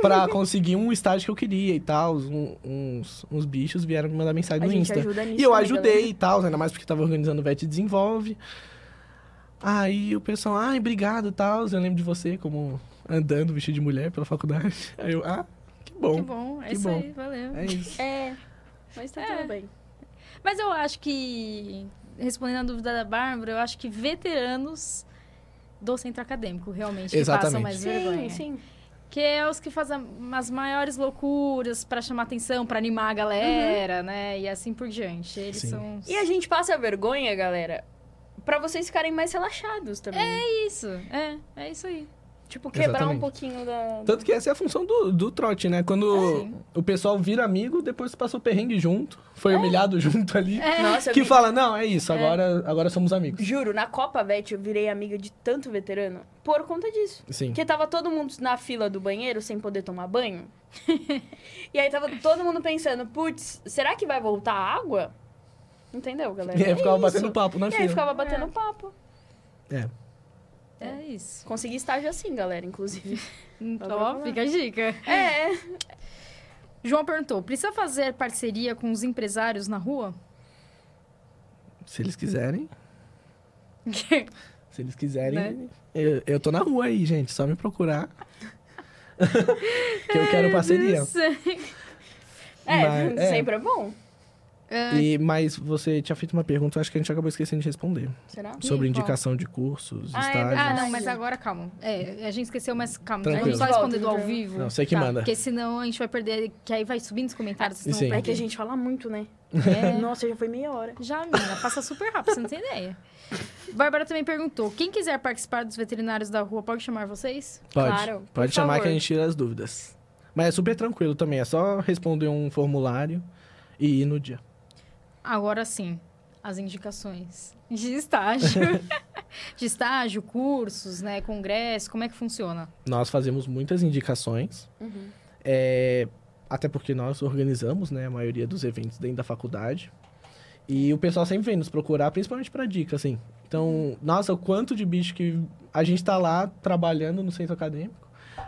pra conseguir um estágio que eu queria e tal? Um- Uns, uns bichos vieram me mandar mensagem
A
É no
gente
Insta.
ajuda nisso.
E eu
né,
ajudei e tal, ainda mais porque tava organizando o VET Desenvolve. Aí o pessoal, ai, obrigado e tal. Eu lembro de você como andando vestido de mulher pela faculdade. Aí eu, ah, que bom.
Que bom, é
Que
isso
bom.
aí, valeu.
É isso.
galera? É. Mas tá
É.
tudo bem.
Mas eu acho que, respondendo a dúvida da Bárbara, eu acho que veteranos do centro acadêmico realmente que passam
Exatamente.
mais
sim,
vergonha.
sim.
Que é os que fazem a- as maiores loucuras pra chamar atenção, pra animar a galera, né? E assim por diante. Eles
Sim.
são
E a gente passa vergonha, galera, pra vocês ficarem mais relaxados também. É.
isso. É, é isso aí.
Tipo, quebrar
Exatamente.
um pouquinho da.
Tanto que essa é a função do, do trote, né?
Ah,
Quando o pessoal vira amigo, depois passou perrengue junto,
É.
foi humilhado junto ali.
Nossa, eu
Que
vi-
fala, não, é isso, agora, agora somos amigos.
Juro, na Copa Vet eu virei amiga de tanto veterano por conta disso.
Sim.
Porque tava todo mundo na fila do banheiro sem poder tomar banho. e aí tava todo mundo pensando, putz, será que vai voltar água? Entendeu, galera?
E aí ficava
É
batendo
isso.
papo na
E aí
fila.
ficava batendo papo.
É.
É isso.
Consegui estágio assim, galera, inclusive.
Então,
Agora
ó, fica a dica.
é.
João perguntou: precisa fazer parceria com os empresários na rua?
Se eles quiserem. Se eles quiserem.
Né?
Eu, eu tô na rua aí, gente, só me procurar. que eu quero parceria.
É,
Mas- é.
sempre é bom.
Ah,
E, mas você tinha feito uma pergunta, eu acho que a gente acabou esquecendo de responder.
Será?
Sobre
qual?
indicação de cursos,
Ah, é
estágios.
Ah,
verdade.
não, mas agora calma. É, a gente esqueceu, mas calma.
Tranquilo.
A gente vai
Volta,
responder do ao
então.
vivo. Tá,
Não, você que manda.
Porque senão a gente vai perder, que aí vai subindo os comentários. Vocês
Sim.
não vão
É que a
perder.
gente fala muito, né?
É.
Nossa, já foi meia hora.
Já, menina, passa super rápido, você não tem ideia. Bárbara também perguntou: quem quiser participar dos veterinários da rua, pode chamar vocês?
Pode.
Claro, por
pode chamar que
favor.
a gente tira as dúvidas. Mas é super tranquilo também, é só responder um formulário e ir no dia.
Agora sim, as indicações de estágio. de estágio, cursos, né? Congresso, como é que funciona?
Nós fazemos muitas indicações,
Uhum.
é, até porque nós organizamos né, a maioria dos eventos dentro da faculdade. E o pessoal sempre vem nos procurar, principalmente para dica, assim.
Uhum.
Então, nossa, o quanto de bicho que a gente tá lá trabalhando no centro acadêmico.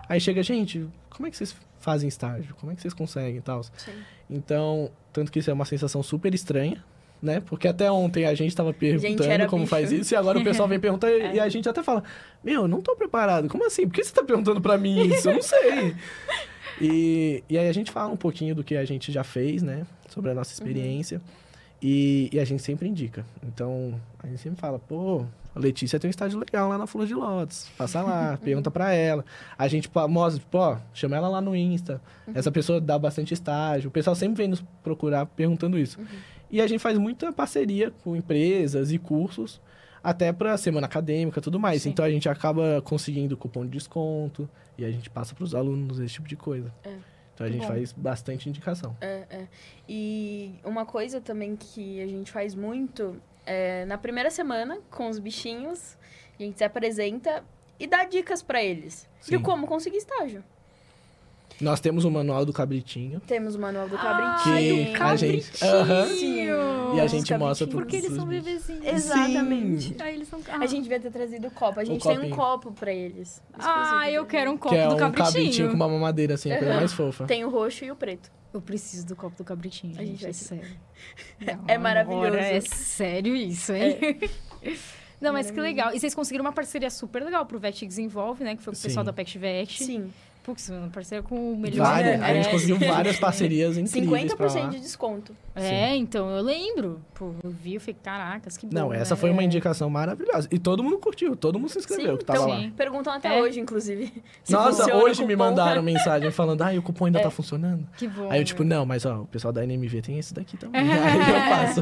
Aí chega, gente, como é que vocês fazem estágio? Como é que vocês conseguem e tal?
Sim.
Então, tanto que isso é uma sensação super estranha, né? Porque até ontem a gente tava perguntando
era
como
bicho. É.
faz isso, e agora o pessoal vem perguntar e- e a gente até fala: Meu, eu não tô preparado, como assim? Por que você tá perguntando pra mim isso? Eu não sei. e, e aí a gente fala um pouquinho do que a gente já fez, né? Sobre a nossa
Uhum.
experiência. E, e a gente sempre indica. Então, a gente sempre fala, pô, a Letícia tem um estágio legal lá na Flor de Lótus. Passa
Uhum.
lá, pergunta pra ela. A gente pô, mostra, tipo, ó, chama ela lá no Insta.
Uhum.
Essa pessoa dá bastante estágio. O pessoal sempre vem nos
Uhum.
procurar perguntando isso. E a gente faz muita parceria com empresas e cursos. até para semana acadêmica, tudo mais.
Sim.
Então a gente acaba conseguindo cupom de desconto e a gente passa para os alunos esse tipo de coisa.
É.
Então a gente
Bom.
faz bastante indicação.
É, é. E uma coisa também que a gente faz muito é na primeira semana com os bichinhos, a gente se apresenta e dá dicas pra eles de
Sim.
como conseguir estágio.
Nós temos o manual do cabritinho
Temos o manual do
Ai,
cabritinho.
que a gente Aham. e a gente mostra pro-
Porque eles são
os-
bebezinhos.
Exatamente.
Ai, eles são...
A gente devia ter trazido o copo. A gente tem um
copinho.
copo pra eles.
Ah, eu quero um copo
que é
do
um
cabritinho.
cabritinho com uma mamadeira assim, a coisa
Aham.
mais fofa.
Tem o roxo e o preto.
Eu preciso do copo do cabritinho,
A gente
gente,
vai
é
ter-
sério.
É maravilhoso. É.
Agora é sério isso, hein? Não, mas que legal. E vocês conseguiram uma parceria super legal pro Vetix Envolve, né? Que foi com o pessoal
Sim.
da Pect Vet.
Sim.
Putz, uma parceria com
um
o melhor... né?
Várias, a gente
É.
conseguiu várias parcerias incríveis pra lá.
50% de desconto.
É, então, eu lembro. Pô, eu vi, eu falei, caracas, que bom,
Não, essa
né?
foi uma indicação maravilhosa. E todo mundo curtiu, todo mundo se inscreveu
É. Sim,
que tava
então-
lá.
Sim.
Perguntam até
É.
hoje, inclusive. se
Nossa,
funciona É. o
hoje me
cupom.
mandaram mensagem falando, ah, e o cupom ainda tá funcionando?
Que bom. né?"
Aí eu, tipo, não, mas ó, o pessoal da NMV tem esse daqui também. Aí eu passo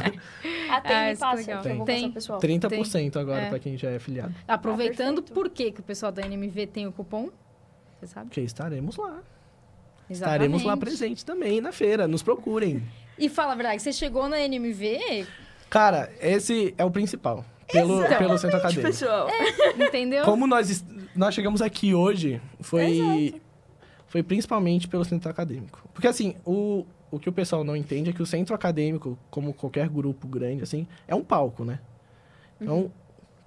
Ah, tem,
Ah,
me
isso
passa,
que legal.
que eu vou
Tem.
passar pro pessoal.
30% agora
É.
pra quem já é afiliado.
Aproveitando,
Ah, perfeito.
por que que o pessoal da NMV tem o cupom? Você sabe?
Porque estaremos lá. Estaremos lá
Exatamente.
presente também na feira, nos procurem.
E fala a verdade, você chegou na NMV,
Cara, esse é o principal. Pelo, pelo centro acadêmico.
Pessoal,
entendeu?
Como nós, est- nós chegamos aqui hoje, foi, foi principalmente pelo centro acadêmico. Porque, assim, o, o que o pessoal não entende é que o centro acadêmico, como qualquer grupo grande, assim, é um palco, né? Então,
Uhum.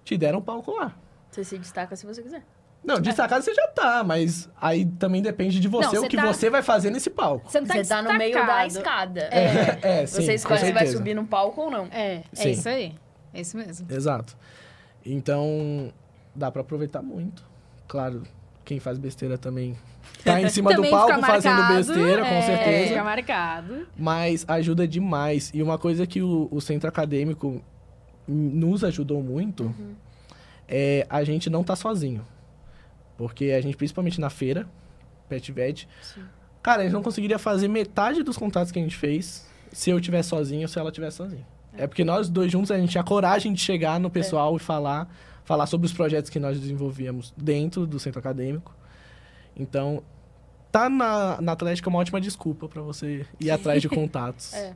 te deram um palco lá.
você se destaca se você quiser.
Não,
É.
destacado você já tá, mas aí também depende de você
Não,
o
você
que
tá-
você vai fazer nesse palco.
Você não tá
você tá no meio da
destacado.
escada.
É, sim,
você escolhe
com
se vai
certeza.
subir num palco ou não.
É, é
Sim.
isso aí. É isso mesmo.
Exato. Então, dá pra aproveitar muito. Claro, quem faz besteira também tá em cima do
Também
palco
fica
fazendo
marcado,
besteira, com
é,
certeza.
Fica marcado.
Mas ajuda demais. E uma coisa que o, o centro acadêmico nos ajudou muito
Uhum.
é a gente não tá sozinho. Porque a gente, principalmente na feira, Pet Vet,
Sim.
cara, a gente não conseguiria fazer metade dos contatos que a gente fez se eu tivesse sozinho ou se ela tivesse sozinha. É porque nós dois juntos a gente tinha coragem de chegar
É.
no pessoal e falar, falar sobre os projetos que nós desenvolvíamos dentro do centro acadêmico. Então, tá na, na Atlética é uma ótima desculpa pra você ir atrás de contatos
É.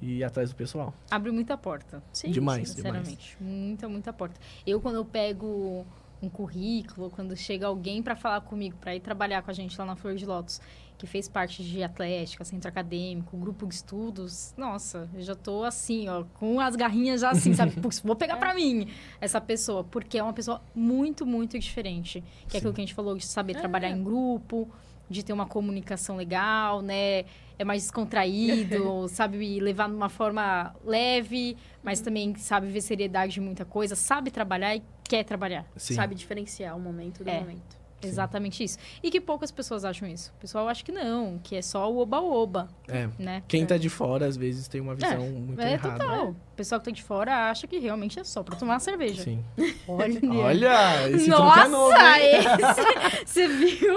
e ir atrás do pessoal.
Abre muita porta.
Sim,
É Demais.
sim.
Sinceramente. Muita, muita porta. Eu, quando eu pego um currículo, quando chega alguém pra falar comigo, pra ir trabalhar com a gente lá na Flor de Lótus, que fez parte de Atlética, Centro Acadêmico, Grupo de Estudos, nossa, eu já tô assim, ó, com as garrinhas já assim, sabe? Putz, vou pegar pra mim essa pessoa, porque é uma pessoa muito, muito diferente. Que é aquilo que a gente falou de saber
É.
trabalhar em grupo, de ter uma comunicação legal, né? É mais descontraído, sabe levar de uma forma leve, mas
Uhum.
também sabe ver seriedade de muita coisa, sabe trabalhar e quer trabalhar.
Sim.
Sabe diferenciar o momento do
É.
momento.
Sim.
Exatamente isso. E que poucas pessoas acham isso. O pessoal acha que não, que é só o oba-oba,
É.
né?
Quem tá de fora, às vezes, tem uma visão muito
é
errada.
total. O pessoal que tá de fora acha que realmente é só pra tomar cerveja.
Sim.
Olha!
Olha, esse
é.
truque
Nossa,
é novo, hein?
esse! Você viu?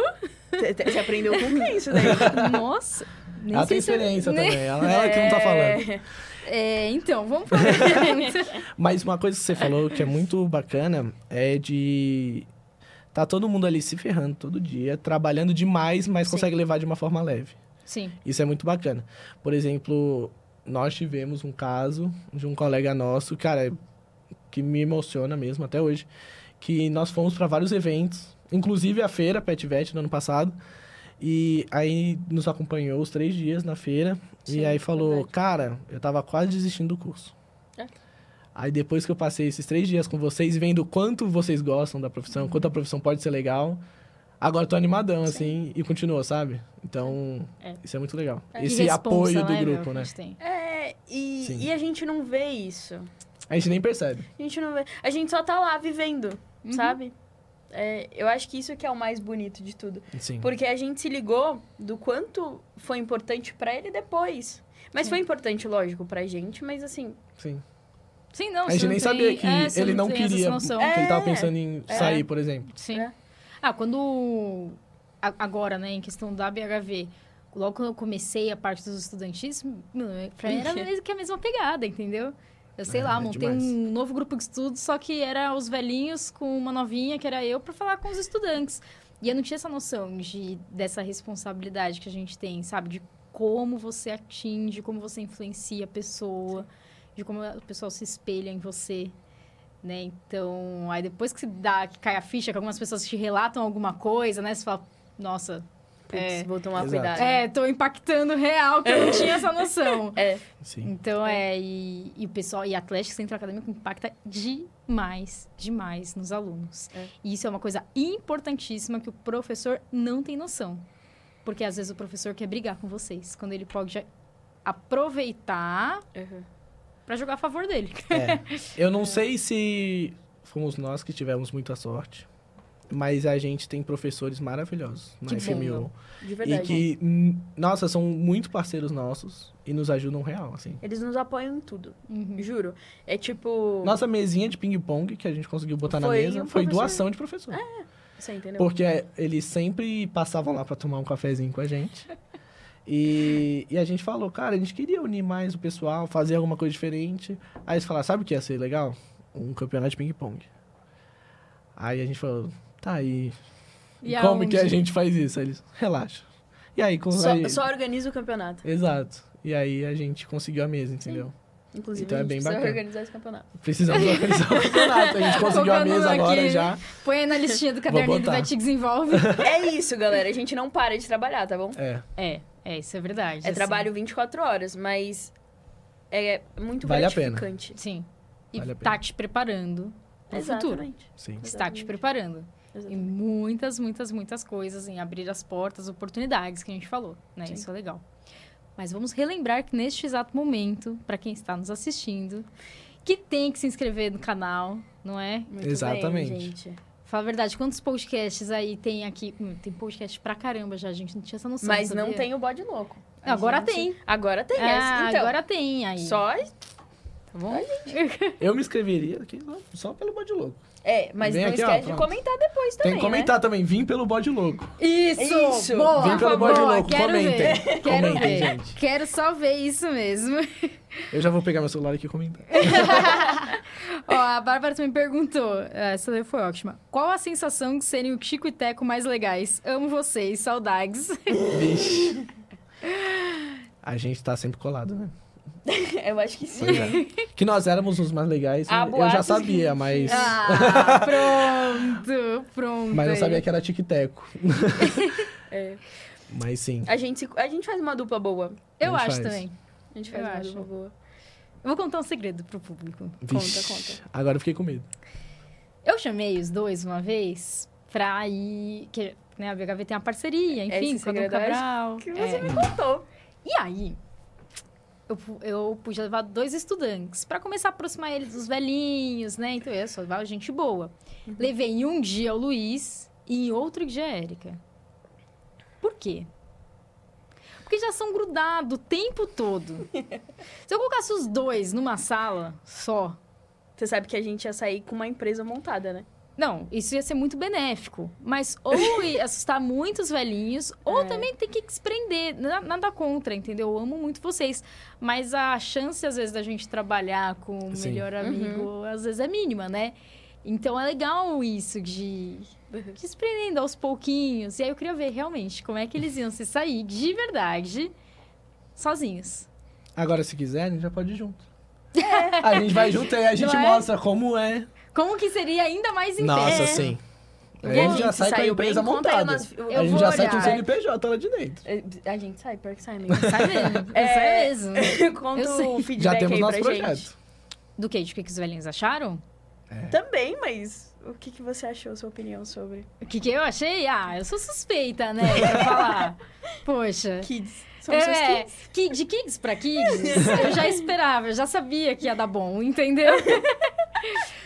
Você- Você aprendeu com quem isso daí?
Nossa! Nem
Ela Ah,
sei
tem
se eu-
experiência
nem-
também, ela, ela que não tá falando.
É, então, vamos pra pergunta.
Mas uma coisa que você falou que é muito bacana é de. Tá todo mundo ali se ferrando todo dia, trabalhando demais, mas
Sim.
consegue levar de uma forma leve.
Sim.
Isso é muito bacana. Por exemplo, nós tivemos um caso de um colega nosso, cara, que me emociona mesmo até hoje, que nós fomos para vários eventos, inclusive a feira Pet Vet no ano passado. E aí nos acompanhou os três dias na feira.
Sim,
e aí falou,
verdade.
cara, eu tava quase desistindo do curso.
É.
Aí depois que eu passei esses três dias com vocês, vendo quanto vocês gostam da profissão, quanto a profissão pode ser legal, agora eu tô animadão, assim, e continuou, sabe? Então,
É.
isso é muito legal.
É.
Esse
Que responsa,
apoio
né,
do
meu, que
grupo,
a
né?
gente tem.
É,
Sim.
e, e a gente não vê isso.
A gente nem percebe.
A gente não vê. A gente só tá lá vivendo,
Uhum.
sabe? É, eu acho que isso que é o mais bonito de tudo.
Sim.
Porque a gente se ligou do quanto foi importante pra ele depois. Mas foi importante, lógico, pra gente, mas assim.
Sim.
Sim, não,
a gente
você
nem
não tem-
sabia que
é, você
ele não
tem essa
queria,
noção.
que ele tava
É.
pensando em
É.
sair, por exemplo.
Sim.
É.
Ah, quando. a- Agora, né, em questão da BHV, logo quando eu comecei a parte dos estudantis, meu, pra mim era a mes- que a mesma pegada, entendeu? Eu sei
É,
lá,
é
montei
demais.
um novo grupo de estudos, só que era os velhinhos com uma novinha, que era eu, pra falar com os estudantes. E eu não tinha essa noção de, dessa responsabilidade que a gente tem, sabe? De como você atinge, como você influencia a pessoa, de como a pessoa se espelha em você. Né? Então, aí depois que se dá, que cai a ficha, que algumas pessoas te relatam alguma coisa, né? Você fala, nossa,
Putz,
É.
vou tomar
Exato.
cuidado.
é, tô impactando real, que eu não tinha essa noção.
Sim.
Então é, e, e o pessoal, e Atlético Centro Acadêmico impacta demais, demais nos alunos.
É.
E isso é uma coisa importantíssima que o professor não tem noção. Porque às vezes o professor quer brigar com vocês, quando ele pode já aproveitar
Uhum.
pra jogar a favor dele.
É. Eu não sei se fomos nós que tivemos muita sorte, mas a gente tem professores maravilhosos na
Que bom,
FMU.
não.
De
e
verdade.
que, n- nossa, são muito parceiros nossos e nos ajudam real, assim.
Eles nos apoiam em tudo,
Uhum.
juro. É tipo.
Nossa mesinha de ping-pong que a gente conseguiu botar na
Foi
mesa
um
foi
professor.
doação de professor.
Você entendeu?
Porque é, eles sempre passavam lá pra tomar um cafezinho com a gente. E, e a gente falou, cara, a gente queria unir mais o pessoal, fazer alguma coisa diferente. Aí eles falaram, sabe o que ia ser legal? Um campeonato de ping-pong. Aí a gente falou, tá aí.
E
como
aonde?
que a gente faz isso? Aí eles, relaxa. E aí, com
Só,
aí-
só organiza o campeonato.
Exato. E aí a gente conseguiu a mesa, entendeu?
Inclusive,
Então
a
é
gente
bem
precisa
bacana.
organizar esse campeonato.
Precisamos organizar o campeonato. A gente conseguiu a
Colocando
mesa agora
aqui.
já.
Põe aí na listinha do caderninho do
botar.
Vai Te Desenvolve.
é isso, galera. A gente não para de trabalhar, tá bom?
É,
é, é, isso é verdade.
É
assim.
trabalho 24 horas, mas é muito
Vale a pena.
gratificante.
Sim. E
Vale a
tá
pena.
te preparando pro futuro.
Exatamente.
sim.
Está te
Exatamente.
preparando. em
Exatamente.
muitas, muitas, muitas coisas, em abrir as portas, oportunidades que a gente falou, né?
Sim.
Isso é legal. Mas vamos relembrar que neste exato momento, para quem está nos assistindo, que tem que se inscrever no canal, não é?
Muito
Exatamente.
Bem, gente.
Fala a verdade, quantos podcasts aí tem aqui? Hum, tem podcast pra caramba já, a gente não tinha essa noção.
Mas não
sabia?
tem o bode louco. A
Agora
gente-
tem.
Agora tem.
Ah,
é, então,
agora tem aí.
Só.
Tá bom?
Eu me inscreveria aqui só pelo bode louco.
É, mas
Vem
não
aqui, ó,
esquece de
pronto.
comentar depois também. né?
Tem que comentar também, vim pelo bode louco.
Isso!
Isso!
Boa!
Vem pelo
boa,
bode louco,
quero
comentem.
ver. Quero
Comentem,
ver.
gente.
Quero só ver isso mesmo.
Eu já vou pegar meu celular aqui e comentar.
Ó, a Bárbara também perguntou, essa daí foi ótima. Qual a sensação de serem o Chico e Teco mais legais? Amo vocês, saudades.
Vixe. A gente tá sempre colado, né?
né? Eu acho que sim.
Pois é. Que nós éramos os mais legais,
Há
eu já
Ah, boatos
sabia, mas...
Ah, pronto, pronto.
Mas eu sabia que era tic-teco.
É.
Mas sim.
A, gente se- a gente faz uma dupla boa.
Eu
a gente
acho
faz.
também.
A gente faz
Eu
uma
acho.
dupla boa.
Eu vou contar um segredo pro público.
Vixe. Agora eu fiquei com medo.
Eu chamei os dois uma vez pra ir... Que, né, a BHV tem uma parceria,
É
enfim,
esse
com a Dom
segredo, eu acho
Cabral.
Que
É.
você me contou.
E aí, eu, pu- eu pude levar dois estudantes pra começar a aproximar eles dos velhinhos, né? Então eu só levava gente boa. Levei em um dia o Luiz e em outro dia a Érica. Por quê? Porque já são grudados o tempo todo. Se eu colocasse os dois numa sala só.
Você sabe que a gente ia sair com uma empresa montada, né?
Não, isso ia ser muito benéfico. Mas ou ia assustar muitos velhinhos, ou
É.
também tem que se prender. Na- Nada contra, entendeu? Eu amo muito vocês. Mas a chance, às vezes, da gente trabalhar com o
Sim. Uhum.
melhor amigo, às vezes, é mínima, né? Então é legal isso de
É,
de se prendendo aos pouquinhos. E aí eu queria ver realmente como é que eles iam se sair de verdade sozinhos.
Agora, se quiser, a gente já pode ir junto.
É.
A gente vai junto e a gente
Não é?
mostra como é.
Como que seria ainda mais intenso?
Nossa,
É.
sim.
Eu
Aí a
vou-
gente já
se
sai com a
saiu bem,
empresa
conta aí
montada.
umas- eu
A gente
vou
já sai com o
olhar.
CNPJ lá de dentro.
É, A gente sai, pior que sai mesmo.
Sai mesmo.
É.
Sai mesmo. Eu
Conta
sei.
o feedback
Já temos
aí
nosso
pra
projeto.
gente.
Do que? De que que os velhinhos acharam?
É.
Também, mas o que, que você achou, sua opinião sobre
O que, que eu achei? Ah, eu sou suspeita, né? Pra falar. Poxa.
kids? Somos seus
É,
kids.
ki- de kids pra kids, eu já esperava, eu já sabia que ia dar bom, entendeu?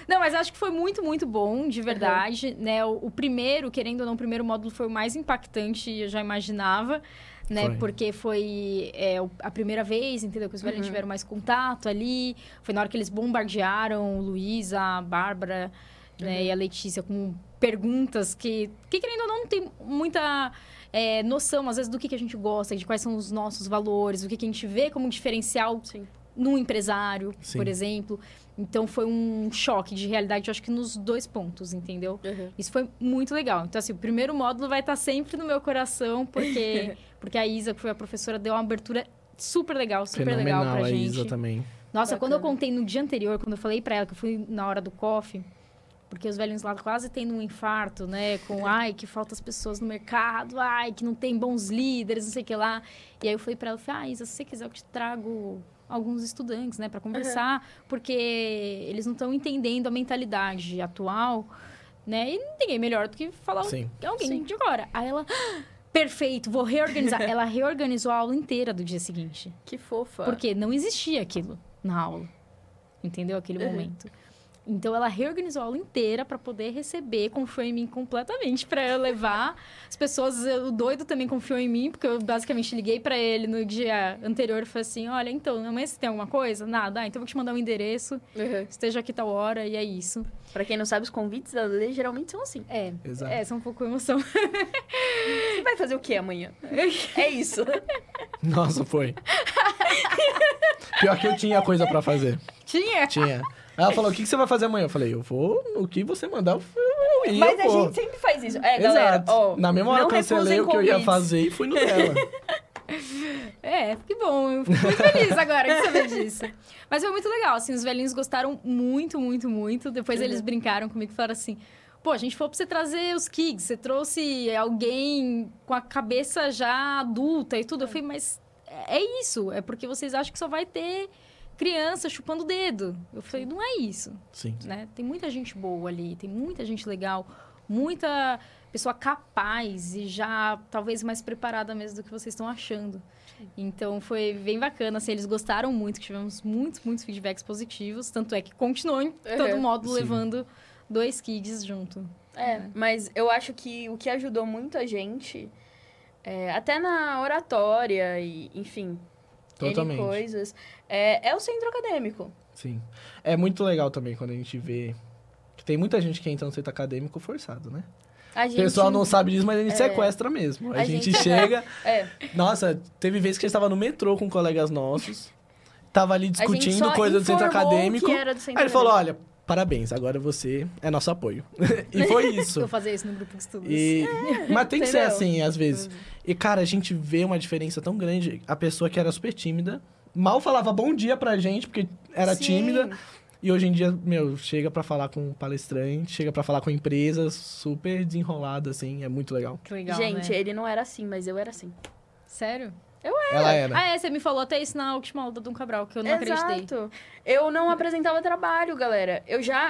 Não, mas acho que foi muito, muito bom, de verdade, né? O, o primeiro, querendo ou não, o primeiro módulo foi o mais impactante, eu já imaginava, né?
Foi.
Porque foi é, o- a primeira vez, entendeu? Que os
Uhum.
velhos tiveram mais contato ali. Foi na hora que eles bombardearam o Luiz, a Bárbara
Uhum.
né, e a Letícia com perguntas que, que querendo ou não, não tem muita é, noção, às vezes, do que, que a gente gosta, de quais são os nossos valores, o que, que a gente vê como diferencial
Sim.
num empresário,
Sim.
por exemplo. Então foi um choque de realidade, eu acho que nos dois pontos, entendeu? Isso foi muito legal. Então, assim, o primeiro módulo vai estar sempre no meu coração, porque, porque a Isa, que foi a professora, deu uma abertura super legal, super
Fenomenal
legal pra
a
gente.
Isa também.
Nossa, quando eu
Bacana.
contei no dia anterior, quando eu falei pra ela que eu fui na hora do coffee, porque os velhinhos lá quase tendo um infarto, né? Com ai, que falta as pessoas no mercado, ai, que não tem bons líderes, não sei o que lá. E aí eu falei pra ela, falei, ah, Isa, se você quiser, eu te trago alguns estudantes, né, Pra conversar, porque eles não estão entendendo a mentalidade atual, né? E ninguém melhor do que falar um
Sim.
alguém
Sim.
de agora. Aí ela, "Ah, perfeito, vou reorganizar. ela reorganizou a aula inteira do dia seguinte.
Que fofa.
Porque não existia aquilo na aula. Entendeu? Aquele
Uhum.
momento. Então ela reorganizou a aula inteira para poder receber, confiou em mim completamente para eu levar. As pessoas, eh, o doido também confiou em mim, porque eu basicamente liguei para ele no dia anterior e falei assim: "Olha, então, amanhã você tem alguma coisa?" Nada. Ah, então eu vou te mandar um endereço.
Uhum.
Esteja aqui tal hora e é isso.
Pra quem não sabe, os convites da lei geralmente são assim.
É.
Exato.
Essa é um pouco emoção.
Você vai fazer o que amanhã? é isso.
Nossa, foi. Pior que eu tinha coisa pra fazer.
Tinha.
Tinha. Ela falou, o que que você vai fazer amanhã? Eu falei, eu vou, o que você mandar, eu fui- eu ia,
Mas a
pô.
gente sempre faz isso. É, galera,
Exato.
ó.
Na mesma hora eu
não
cancelei
recusem
o que eu ia
convites.
fazer e fui no dela.
É, que bom. Eu fico muito feliz agora que saber disso. Mas foi muito legal, assim, os velhinhos gostaram muito, muito, muito. Depois eles
Uhum.
brincaram comigo e falaram assim: pô, a gente foi pra você trazer os kids, você trouxe alguém com a cabeça já adulta e tudo. Eu falei, mas é é isso, é porque vocês acham que só vai ter criança chupando o dedo. Eu falei, não é isso
Sim.
né? Tem muita gente boa ali, tem muita gente legal, muita pessoa capaz e já talvez mais preparada mesmo do que vocês estão achando. Então foi bem bacana, assim, eles gostaram muito, que tivemos muitos, muitos feedbacks positivos, tanto é que continuou em todo
Uhum.
modo
Sim.
levando dois kids junto.
É, mas eu acho que o que ajudou muito a gente, é, até na oratória e, enfim, N
Totalmente.
coisas, é, é o centro acadêmico.
Sim. É muito legal também quando a gente vê que tem muita gente que entra no centro acadêmico forçado, né?
A
O
gente,
pessoal não sabe disso, mas a gente
É.
sequestra mesmo. A,
A
gente,
gente-
chega.
É,
Nossa, teve vezes que a gente tava no metrô com colegas nossos. Tava ali
a gente
discutindo
só
coisa do centro
informou
acadêmico.
que era do centro
Aí ele falou: "Ah,
acadêmico.
olha, parabéns, agora você é nosso apoio. e foi isso.
Vou fazer isso no grupo de estudos.
E- Mas tem que ser
entendeu?
assim, às vezes. E, cara, a gente vê uma diferença tão grande. A pessoa que era super tímida, mal falava bom dia pra gente, porque era
Sim.
tímida. E hoje em dia, meu, chega pra falar com um palestrante, chega pra falar com empresas, super desenrolada, assim, é muito legal.
Que legal,
gente,
né?
ele não era assim, mas eu era assim.
Sério?
Ela era.
Ah, é, você me falou até isso na última aula do Dom Cabral, que eu não acreditei.
Exato. Eu não apresentava trabalho, galera. Eu já.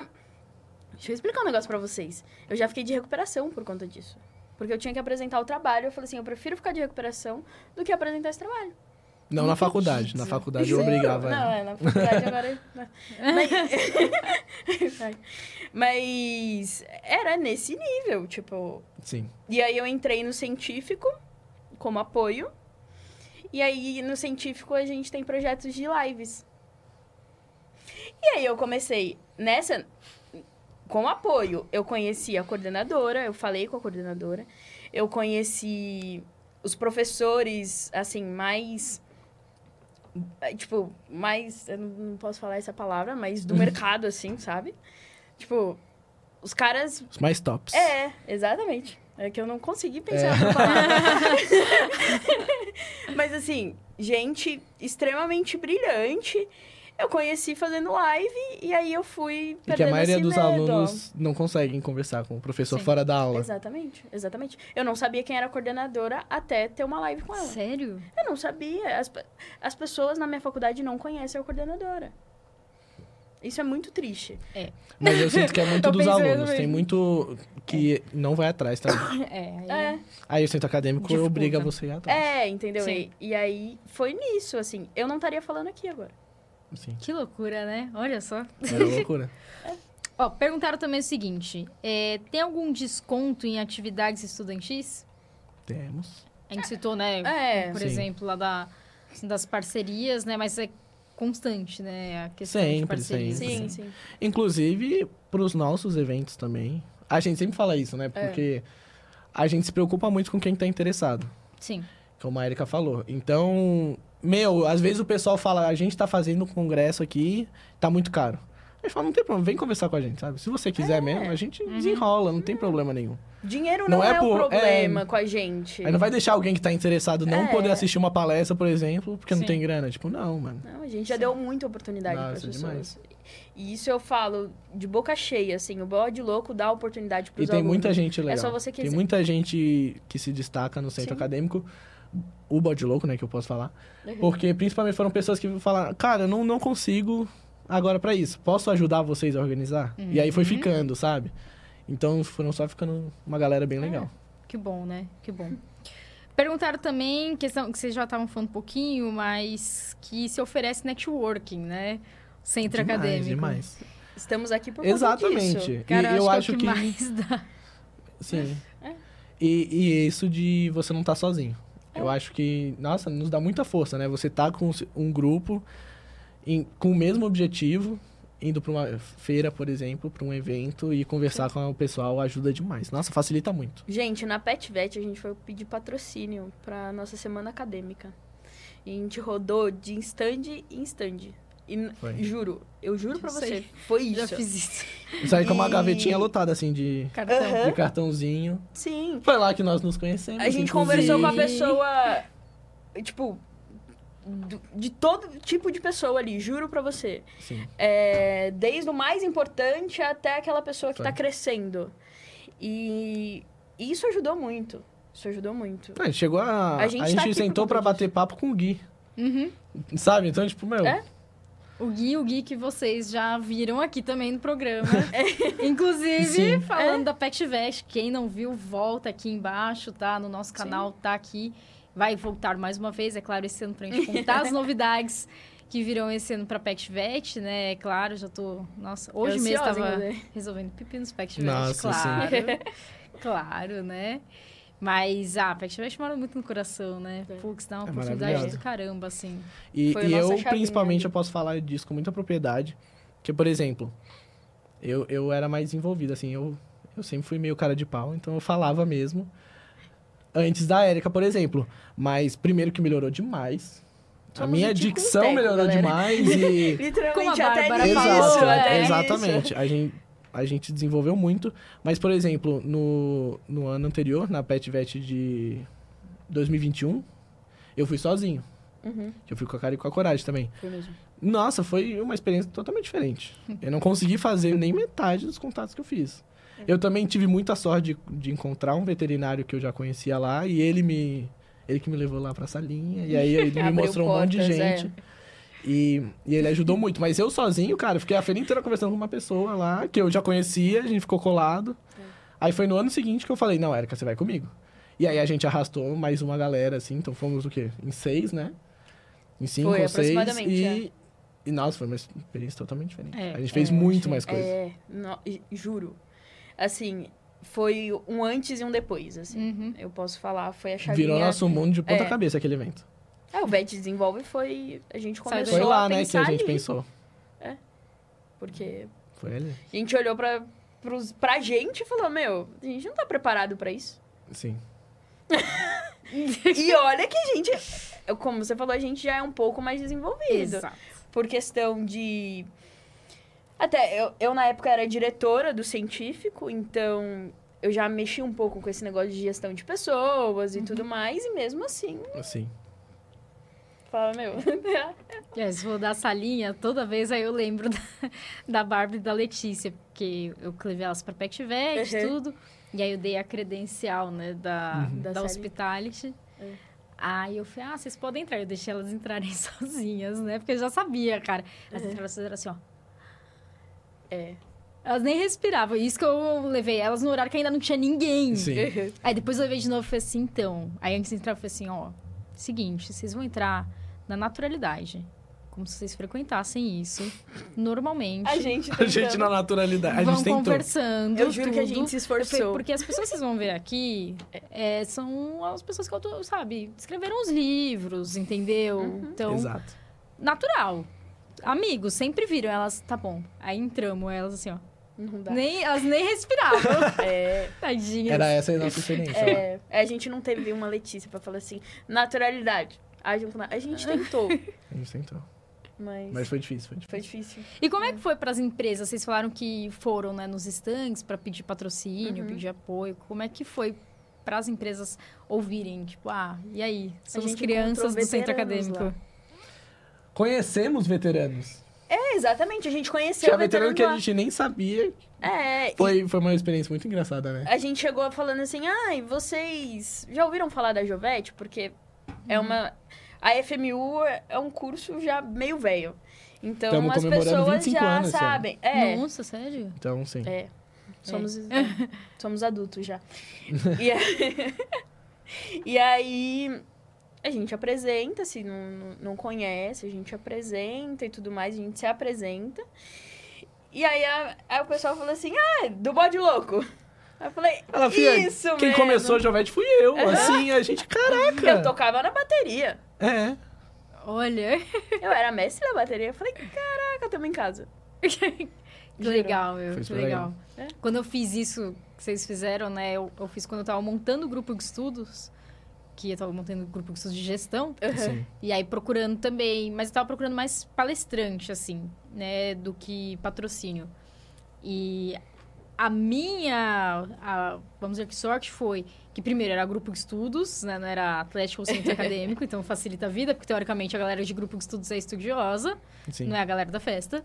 Deixa eu explicar um negócio pra vocês. Eu já fiquei de recuperação por conta disso. Porque eu tinha que apresentar o trabalho. Eu falei assim: eu prefiro ficar de recuperação do que apresentar esse trabalho.
Não na faculdade. Na faculdade eu
Juro.
obrigava né?
Não,
ela.
é, na faculdade agora. é- Mas... Ai. Mas era nesse nível, tipo.
Sim.
E aí eu entrei no científico como apoio. E aí no científico a gente tem projetos de lives. E aí eu comecei nessa com apoio. Eu conheci a coordenadora, eu falei com a coordenadora. Eu conheci os professores assim mais eh, tipo, mais eu não- não posso falar essa palavra, mas do mercado assim, sabe? Tipo, os caras
Os mais tops.
é, exatamente. É que eu não consegui pensar
É.
nessa palavra. Mas assim, gente extremamente brilhante. Eu conheci fazendo live e aí eu fui
E que
perdendo
a maioria
esse
dos
medo.
alunos não conseguem conversar com o professor
Sim.
fora da aula.
Exatamente, exatamente. Eu não sabia quem era a coordenadora até ter uma live com ela.
Sério?
Eu não sabia. As, pe- as pessoas na minha faculdade não conhecem a coordenadora. Isso é muito triste.
Mas eu sinto que é muito
Eu
dos
pensei
alunos. Tem
mesmo.
muito que não vai atrás também.
É, aí...
É.
Aí o centro acadêmico
Dificulta.
obriga você a ir atrás.
É, entendeu?
Sim.
E, e aí foi nisso, assim. Eu não estaria falando aqui agora.
Sim.
Que loucura, né? Olha só.
Era uma loucura.
Ó, perguntaram também o seguinte: é, tem algum desconto em atividades estudantis?
Temos.
A gente citou, né?
É.
Por
Sim.
exemplo, lá da, assim, das parcerias, né? Mas é constante, né? A questão de
Sempre,
parcerias.
sempre.
Sim,
assim.
sim.
Inclusive, para os nossos eventos também. A gente sempre fala isso, né?
É.
Porque a gente se preocupa muito com quem está tá interessado,
Sim.
como a Erika falou. Então, Meu, às vezes o pessoal fala, a gente tá fazendo um congresso aqui, tá muito caro. A gente fala, não tem problema, vem conversar com a gente, sabe? Se você
É.
quiser mesmo, a gente
Uhum.
desenrola, não tem problema nenhum.
Dinheiro
Não
não,
é
é,
por-
o
é.
problema com a gente.
Aí não vai deixar alguém que tá interessado não
É.
poder assistir uma palestra, por exemplo, porque não
Sim.
tem grana. Tipo, não, mano.
Não, a gente já deu muita oportunidade para
Nossa,
pessoas.
demais.
E isso eu falo de boca cheia, assim, o bode louco dá oportunidade para
E
os
tem
alunos.
muita gente legal.
É só você
Tem
quiser.
muita gente que se destaca no centro
Sim.
acadêmico. O bode louco, né, que eu posso falar.
Uhum.
Porque principalmente foram pessoas que falaram, cara, eu não, não consigo agora pra isso. Posso ajudar vocês a organizar? E
Uhum.
aí foi ficando, sabe? Então foram só ficando uma galera
É,
bem legal.
Que bom, né? Que bom. Perguntaram também, questão que vocês já estavam falando um pouquinho, mas que se oferece networking, né? Centro
demais,
acadêmico.
demais.
Estamos aqui por
Exatamente.
causa disso.
E
Cara,
eu
é
acho
o
que.
mais dá.
Sim.
É.
E, e isso de você não estar sozinho. Eu
É.
acho que, nossa, nos dá muita força, né? Você tá com um grupo em- com o mesmo objetivo, indo pra uma feira, por exemplo, pra um evento e conversar com o pessoal ajuda demais. Nossa, facilita muito.
Gente, na PetVet a gente foi pedir patrocínio para nossa semana acadêmica. E a gente rodou de stand em stand. E n-
Foi.
juro, eu juro
Eu
pra
sei.
você, foi
Já
isso.
fiz isso.
Isso aí com uma
E-
gavetinha lotada, assim, de,
Cartão.
Aham.
de cartãozinho.
Sim.
Foi lá que nós nos conhecemos.
A gente
inclusive.
conversou com a
inclusive.
pessoa, tipo, do- de todo tipo de pessoa ali, juro pra você.
Sim.
É, desde o mais importante até aquela pessoa que
Foi.
tá crescendo. E isso ajudou muito. Isso ajudou muito.
A gente É, chegou a.
A gente
a
tá
gente
aqui por
sentou
conta
pra
disso.
bater papo com o Gui.
Uhum.
Sabe? Então, tipo, meu.
É?
O Gui, o Gui que vocês já viram aqui também no programa. Inclusive,
Sim.
falando da PetVest, quem não viu, volta aqui embaixo, tá? No nosso canal, tá aqui. Vai voltar mais uma vez, é claro, esse ano pra gente contar as novidades que virão esse ano pra PetVet, né? É claro, já tô... Nossa, hoje
Eu
mesmo
ansiosa,
tava
inclusive.
resolvendo pipi nos PetVet,
Nossa,
claro. claro, né? Mas, ah, PetVet mora muito no coração, né?
É.
Putz, dá uma
É
oportunidade
maravilhosa.
do caramba, assim.
E,
Foi
e
nossa
eu,
chavinha né?
principalmente,
ali.
eu posso falar disso com muita propriedade. Porque, por exemplo, eu, eu era mais envolvido, assim, eu, eu sempre fui meio cara de pau, então eu falava mesmo. Antes da Érica, por exemplo. Mas, primeiro que melhorou demais. a
Somos
minha
o Tico e o
dicção
Teco,
melhorou
tipo um galera.
demais e...
Como a
Literalmente,
até Bárbara
até
nisso, falou,
Exato, é,
né? até
exatamente. A gente, a gente desenvolveu muito. Mas, por exemplo, no, no ano anterior, na PetVet de 2021, eu fui sozinho.
Uhum.
Eu fui com a cara e com a coragem também.
Foi mesmo.
Nossa, foi uma experiência totalmente diferente. Eu não consegui fazer nem metade dos contatos que eu fiz. Eu também tive muita sorte de, de encontrar um veterinário que eu já conhecia lá e ele me ele que me levou lá pra salinha e aí ele me
Abriu
mostrou um monte de
portas, é.
gente. E, e ele ajudou muito, mas eu sozinho, cara, eu fiquei a feira inteira conversando com uma pessoa lá que eu já conhecia, a gente ficou colado.
É.
Aí foi no ano seguinte que eu falei: "Não, Érica, você vai comigo". E aí a gente arrastou mais uma galera assim, então fomos o quê? Em seis, né? Em cinco
Foi,
ou seis
aproximadamente,
e e nossa, foi uma experiência totalmente diferente.
É,
a gente fez
é,
muito
sim,
mais coisa.
É, no- e- juro. Assim, foi um antes e um depois, assim.
Uhum.
Eu posso falar, foi a chavinha...
Virou nosso mundo de ponta
É.
cabeça aquele evento.
É, o VET Desenvolve foi... A gente
Foi
começou
Foi lá,
a
né, que
pensar
a gente
ali,
pensou.
Porque
Foi ali.
a gente olhou pra, pros, pra gente e falou, meu, a gente não tá preparado pra isso.
Sim.
e olha que a gente... Como você falou, a gente já é um pouco mais desenvolvido. por questão de. Até eu, eu, na época, era diretora do científico, então eu já mexi um pouco com esse negócio de gestão de pessoas
Uhum.
e tudo mais, e mesmo assim,
Assim.
falava, meu.
É, se for da salinha, toda vez aí eu lembro da, da Barbie e da Letícia, porque eu levei elas pra PetVet e
Uhum.
tudo. E aí eu dei a credencial, né, da,
Uhum.
da,
Da salinha.
hospitality.
É.
Aí eu falei, ah, vocês podem entrar. Eu deixei elas entrarem sozinhas, né? Porque eu já sabia, cara. Elas entraram elas fizeram assim, ó.
É.
Elas nem respiravam. Isso que eu levei elas no horário que ainda não tinha ninguém.
Sim.
Aí depois eu levei de novo e falei assim, então. Aí antes de entrar, eu falei assim, ó, seguinte, vocês vão entrar na naturalidade. Como se vocês frequentassem isso normalmente.
a gente.
A gente na
tentando.
naturalidade. A
vão
gente tentou.
conversando.
Eu juro que a
tudo.
gente se
Eu falei,
esforçou.
Porque as pessoas que vocês vão ver aqui é, são as pessoas que, eu tô, sabe, escreveram os livros, entendeu?
Uhum.
Então,
Exato.
natural. Amigos, sempre viram elas, tá bom. Aí entramos, elas assim, ó.
Não dá.
Nem, elas nem respiravam.
É,
Tadinhas.
Era essa a nossa experiência.
é, a gente não teve uma Letícia pra falar assim, naturalidade. ajam com nada. A gente tentou,
A gente tentou.
mas,
Mas foi difícil, foi difícil.
foi difícil.
E como é
Uhum.
que foi para as empresas? Vocês falaram que foram né, nos estanques para pedir patrocínio,
Uhum.
pedir apoio. Como é que foi para as empresas ouvirem? Tipo, ah, e aí? Somos
gente
crianças do
encontrou
centro
veteranos
acadêmico.
lá.
Conhecemos veteranos.
É, exatamente, a gente conheceu
Tinha
o
veterano
veterano
que a
lá.
gente nem sabia.
É, e-
Foi, foi uma experiência muito engraçada, né?
A gente chegou falando assim, ai, vocês já ouviram falar da Jovete? Porque é uma... A FMU é- é um curso já meio velho. Então,
Tamo
as
comemorando
pessoas
25
já
anos esse ano.
sabem. É,
Nossa, sério?
Então, sim.
É. Somos, é, somos adultos já. E aí, e aí, a gente apresenta, se não, não- não conhece, a gente apresenta e tudo mais, a gente se apresenta. E aí, a- aí o pessoal falou assim, ah, do bode louco. Aí eu falei,
Ela, filha,
isso
quem
mesmo.
começou a Jovete fui eu.
é, Aham.
Assim, a gente, caraca.
Eu tocava na bateria.
É.
Olha,
Eu era mestre da bateria. Eu falei, caraca, tamo em casa.
que
Juro. É.
legal, meu.
Foi
que
super
legal.
legal.
Quando eu fiz isso que vocês fizeram, né? Eu, eu fiz quando eu tava montando o grupo de estudos. Que eu tava montando o grupo de estudos de gestão.
Sim.
E aí procurando também, mas eu tava procurando mais palestrante, assim, né, do que patrocínio. E a minha, a- vamos dizer que sorte foi que primeiro era grupo de estudos, né, não era atlético ou centro acadêmico, então facilita a vida, porque teoricamente a galera de grupo de estudos é estudiosa,
Sim.
não é a galera da festa.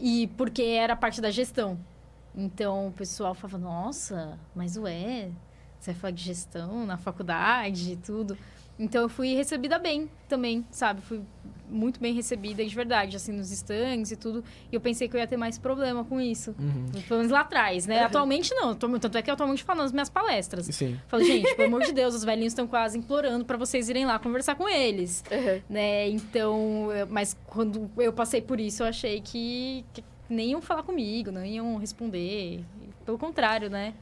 E porque era parte da gestão. Então o pessoal falava, nossa, mas ué, você vai falar de gestão na faculdade e tudo. Então eu fui recebida bem também, sabe? Fui muito bem recebida de verdade, assim, nos stands e tudo. E eu pensei que eu ia ter mais problema com isso.
Uhum.
Pelo menos lá atrás, né? Atualmente não. Tô- Tanto é que eu atualmente falo nas minhas palestras.
Sim.
Falo, gente, pelo amor de Deus, os velhinhos estão quase implorando pra vocês irem lá conversar com eles né? Então, eu- mas quando eu passei por isso, eu achei que, que nem iam falar comigo, não iam responder. Pelo contrário, né?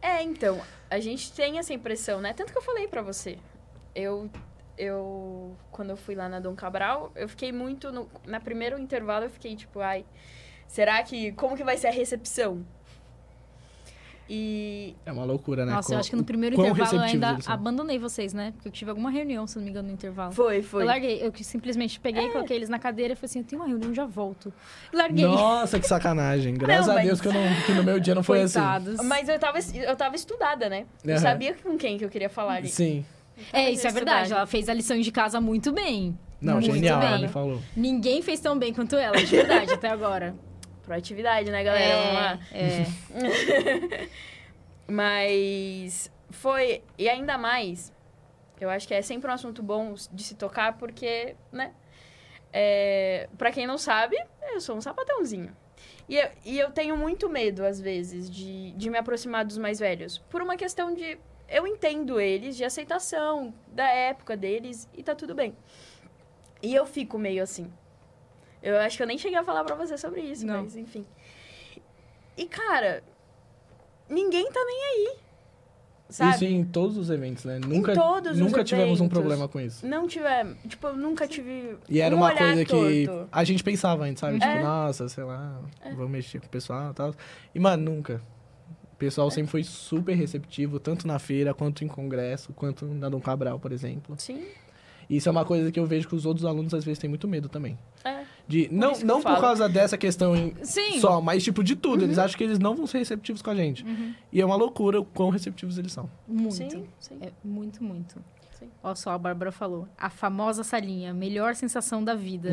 É, então, a gente tem essa impressão, né? Tanto que eu falei pra você. Eu, eu quando eu fui lá na Dom Cabral, eu fiquei muito no na primeiro intervalo eu fiquei tipo, ai, será que como que vai ser a recepção? E
É uma loucura, né?
Nossa, eu
Quão-
acho que no primeiro
quão
intervalo eu
receptivos
ainda
eles são.
abandonei vocês, né? Porque eu tive alguma reunião, se não me engano, no intervalo.
foi, foi.
Eu larguei, eu que simplesmente peguei, coloquei eles na cadeira e falei assim, eu tenho uma reunião, já volto. E larguei.
Nossa, que sacanagem. Graças a
mas-
Deus que, eu não, que no meu dia não foi assim.
Coitados.
Mas eu tava eu tava estudada, né? Eu
Aham.
sabia com quem que eu queria falar
assim.
ali.
Sim.
É, isso é
Estudar.
verdade. Ela fez a lição de casa muito bem.
Não,
Muito
genial,
bem.
ela me falou.
Ninguém fez tão bem quanto ela, de verdade, até agora.
Proatividade, né, galera? Vamos lá.
é, é.
Mas foi, e ainda mais, eu acho que é sempre um assunto bom de se tocar, porque, né? É, pra quem não sabe, eu sou um sapatãozinho. E eu, e eu tenho muito medo, às vezes, de, de me aproximar dos mais velhos. Por uma questão de. Eu entendo eles, de aceitação da época deles, e tá tudo bem. E eu fico meio assim. Eu acho que eu nem cheguei a falar pra você sobre isso,
Não.
mas enfim. E, cara, ninguém tá nem aí. Sabe?
Isso em todos os eventos, né? Nunca,
todos os
nunca tivemos um
eventos.
problema com isso.
Não tiver. Tipo, eu nunca tive.
E era
um
uma
olhar
coisa que
torto.
a gente pensava antes, sabe?
É.
Tipo, nossa, sei lá, vou mexer com o pessoal e tal. E, mano, nunca. O pessoal sempre foi super receptivo, tanto na feira, quanto em congresso, quanto na Dom Cabral, por exemplo.
Sim.
Isso é uma coisa que eu vejo que os outros alunos, às vezes, têm muito medo também.
É.
De, não
isso que
não
eu
por
falo.
causa dessa questão em-
Sim.
só, mas, tipo, de tudo. Eles
Uhum.
acham que eles não vão ser receptivos com a gente. E é uma loucura o quão receptivos eles são.
Muito.
Sim, sim.
É, muito, muito.
Sim.
Olha só, a Bárbara falou. A famosa salinha, melhor sensação da vida.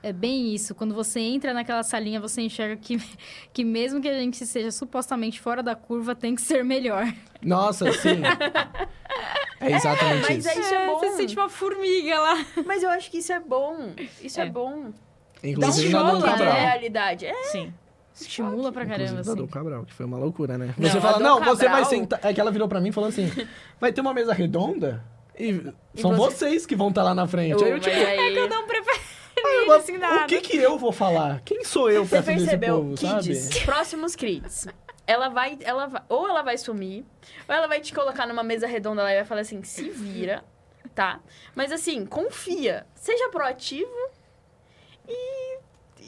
é bem isso. Quando você entra naquela salinha, você enxerga que, que mesmo que a gente seja supostamente fora da curva, tem que ser melhor.
Nossa, sim. é exatamente
mas
isso.
é isso bom.
Você sente uma formiga lá.
Mas eu acho que isso é bom. Isso é,
É.
bom.
Inclusive
Dá um
na Dom
choque,
choque
Cabral.
na
né?
realidade. É,
Sim. Estimula pra caramba,
Inclusive
tá
da Dom
assim.
Cabral, que foi uma loucura, né?
Não,
Você
a
fala,
Dom
não, você
Cabral-
vai sentar. É que ela virou pra mim e falou assim: vai ter uma mesa redonda e,
E
são
você-
vocês que vão estar lá na frente.
Ô,
Aí eu
mas
tipo,
aí-
Não prefere
ah,
ah,
mas
assim nada.
o que que eu vou falar? Quem sou eu
Você
pra ser desse
percebeu,
povo, sabe?
kids, próximos kids. Ela vai, ela vai- ou ela vai sumir, ou ela vai te colocar numa mesa redonda lá e vai falar assim, se vira, tá? Mas assim, confia, seja proativo e,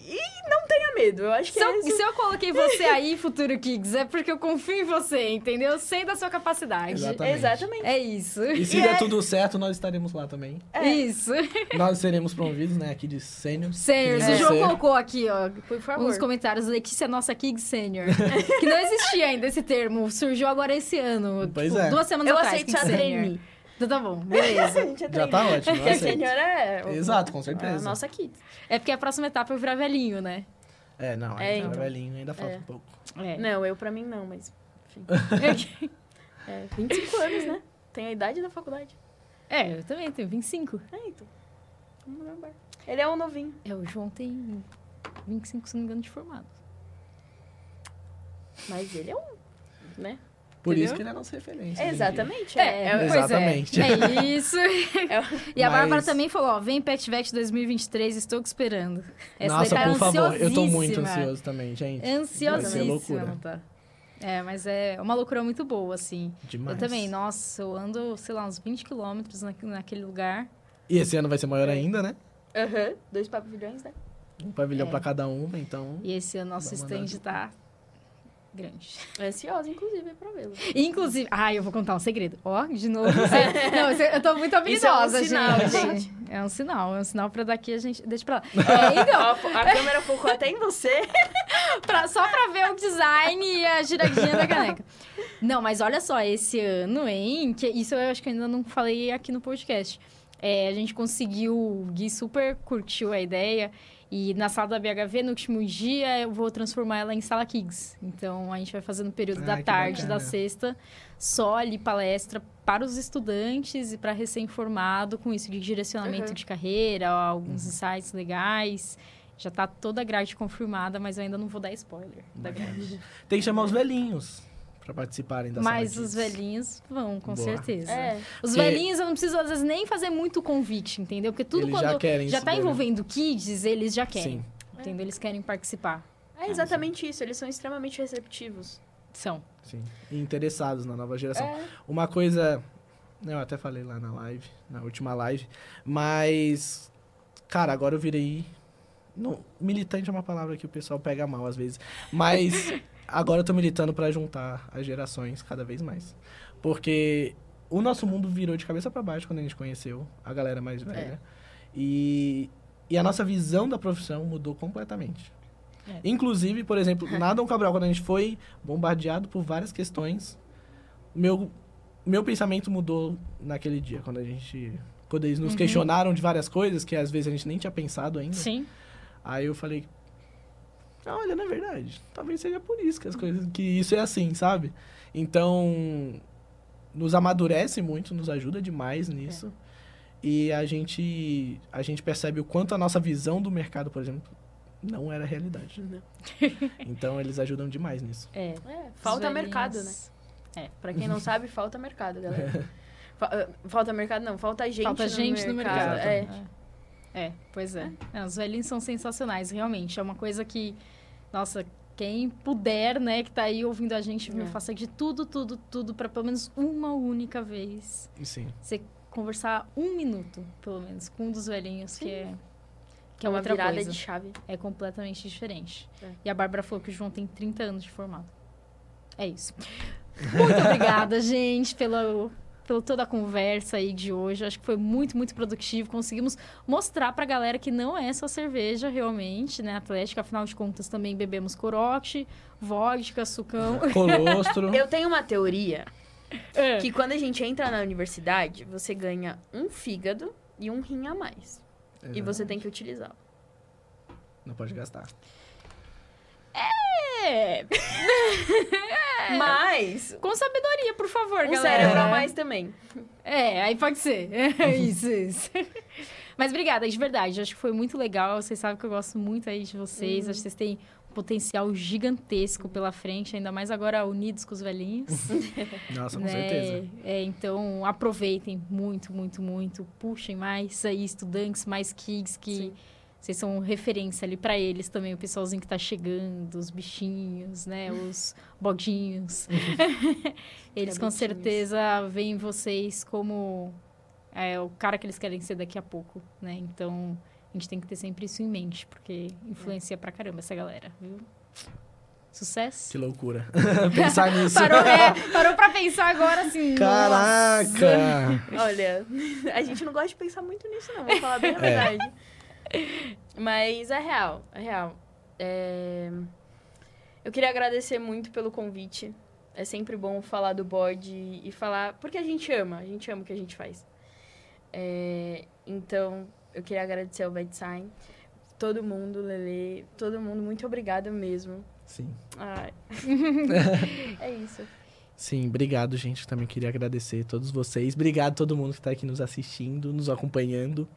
E não tenha medo, eu acho que
Se
é
eu,
isso.
se eu coloquei você aí, futuro Kicks, é porque eu confio em você, entendeu? Eu sei da sua capacidade.
Exato. Exatamente.
Exatamente.
É isso.
E se
E
der
é-
tudo certo, nós estaremos lá também.
É.
Isso.
Nós seremos promovidos, né, aqui de sênior.
Sênior,
Que
se
é
nem
o João
você.
colocou aqui, ó,
Por favor.
uns comentários, Letícia Nossa Kicks Sênior. que não existia ainda esse termo, surgiu agora esse ano.
Pois
tipo,
é.
Duas semanas
Eu
atrás,
aceito
Kicks
ser
Sênior.
trainee.
Então tá bom, beleza.
A gente é
Já tá
trainee.
ótimo, eu
Porque a
aceito.
sênior é... o-
Exato, com
A
certeza.
nossa kid.
É porque a próxima etapa é virar velhinho, né?
É, não,
É,
é,
então.
velhinho, ainda falta
É.
um pouco.
É.
Não, eu pra mim não, mas... Enfim. É, 25 anos, né? Tem a idade da faculdade.
é, eu também tenho 25.
É, então. Vamos lembrar. Ele é um novinho.
É, o João tem 25, se não me engano, de formado.
Mas ele é um... Né?
Por
Entendeu?
isso que ele é nossa referência.
Exatamente.
É,
é,
pois
Exatamente.
É, é isso. E a
Mas-
Bárbara também falou, ó, vem Pet Vet 2023, estou te esperando. Essa
Nossa,
daí tá
por favor, eu tô muito
ansiosíssima.
ansioso também, gente.
Ansiosíssima.
loucura.
tá? É, mas é uma loucura muito boa, assim.
Demais.
Eu também, nossa, eu ando, sei lá, uns 20 quilômetros na- naquele lugar.
E esse ano vai ser maior ainda, né?
É, Aham. Dois pavilhões, né?
Um pavilhão
É.
pra cada uma, então.
E esse ano nosso
Vamos
stand
andar.
tá grande.
Ansiosa, inclusive, pra vê-lo.
Inclusive, ai, eu vou contar um segredo. Ó, de novo. você- Não, você- eu tô muito
Isso é um
habilidosa,
sinal,
gente. É um sinal, é um sinal pra daqui a gente. Deixa pra lá. É, então,
A, a câmera focou até em você.
pra- só pra ver o design e a giradinha da caneca. Não, mas olha só, esse ano, hein? Que isso eu acho que eu ainda não falei aqui no podcast. É, a gente conseguiu, o Gui super curtiu a ideia. E na sala da BHV, no último dia, eu vou transformar ela em sala Kids. Então, a gente vai fazer no período
Ai,
da
que
tarde, da
bacana.
sexta, só ali palestra para os estudantes e para recém-formado, com isso de direcionamento
Uhum.
de carreira,
Uhum.
alguns insights legais. Já tá toda a grade confirmada, mas eu ainda não vou dar spoiler da grade.
Tem que chamar os velhinhos pra participarem da
Mas
sala
os
Kids.
velhinhos vão, com
Boa.
certeza.
É.
Os
E-
velhinhos eu não preciso, às vezes, nem fazer muito convite, entendeu? Porque tudo
Eles
quando
já querem
já
isso
tá
daí, né?
envolvendo kids, eles já querem.
Sim.
Entendeu? Eles querem participar.
É exatamente isso, eles são extremamente receptivos.
São.
Sim. E interessados na nova geração.
É.
Uma coisa. Eu até falei lá na live, na última live. Mas. Cara, agora eu virei. não, militante é uma palavra que o pessoal pega mal às vezes. Mas agora eu tô militando pra juntar as gerações cada vez mais. Porque o nosso mundo virou de cabeça pra baixo quando a gente conheceu a galera mais velha. E, e a nossa visão da profissão mudou completamente.
É.
Inclusive, por exemplo, na Dom Cabral, quando a gente foi bombardeado por várias questões, meu, meu pensamento mudou naquele dia, quando a gente. Quando eles nos questionaram de várias coisas que às vezes a gente nem tinha pensado ainda.
Sim.
Aí eu falei, "Ah, olha, na verdade, talvez seja por isso que as coisas, que isso é assim, sabe? Então, nos amadurece muito, nos ajuda demais
É.
nisso. E a gente, a gente percebe o quanto a nossa visão do mercado, por exemplo, não era realidade.
Não.
Uhum.
então, eles ajudam demais nisso.
É.
É, falta
Os velhinhos- É,
mercado, né? Pra quem não sabe, falta mercado, galera. Fa- ah, falta mercado não, falta gente
Falta
no
gente no mercado.
É.
É. É, pois é. É, Os velhinhos são sensacionais, realmente. É uma coisa que, nossa, quem puder, né, que tá aí ouvindo a gente, meu,
É.
faça de tudo, tudo, tudo, pra pelo menos uma única vez
E sim.
você conversar um minuto, pelo menos, com um dos velhinhos, que é, que é
Que é uma
outra
virada
coisa.
de chave.
É completamente diferente.
É.
E a Bárbara falou que o João tem 30 anos de formado. É isso. Muito obrigada, gente, pela, pela toda a conversa aí de hoje. Acho que foi muito, muito produtivo. Conseguimos mostrar pra galera que não é só cerveja, realmente, né? Atlética, afinal de contas, também bebemos corote, vodka, sucão.
Colostro.
Eu tenho uma teoria
É.
que quando a gente entra na universidade, você ganha um fígado e um rim a mais. E você tem que utilizá-lo.
Não pode gastar.
É. Mas
Com sabedoria, por favor,
um
galera.
cérebro a mais também.
É, aí pode ser. É isso, isso. Mas obrigada, de verdade. Acho que foi muito legal. Vocês sabem que eu gosto muito aí de vocês. Acho que vocês têm um potencial gigantesco pela frente, ainda mais agora unidos com os velhinhos.
Nossa, com
né?
certeza.
É, então, aproveitem muito, muito, muito. Puxem mais aí, estudantes, mais kids que.
Sim.
Vocês são referência ali pra eles também, o pessoalzinho que tá chegando, os bichinhos, né? Os bodinhos. eles
É,
com
bichinhos.
certeza veem vocês como é, o cara que eles querem ser daqui a pouco, né? Então, A gente tem que ter sempre isso em mente, porque influencia pra caramba essa galera, viu? Sucesso.
Que loucura. Pensar nisso.
Parou, é, parou pra pensar agora, assim. nossa.
Caraca!
Olha, a gente não gosta de pensar muito nisso, não, vou falar bem a
É.
verdade. Mas é real, é real. É, Eu queria agradecer muito pelo convite. É sempre bom falar do bode e falar. Porque a gente ama, a gente ama o que a gente faz. É, Então, eu queria agradecer ao Bedsign, todo mundo, Lele, todo mundo, muito obrigada mesmo.
Sim.
Ai. é isso.
Sim, obrigado, gente. Também queria agradecer a todos vocês. Obrigado a todo mundo que está aqui nos assistindo, nos acompanhando.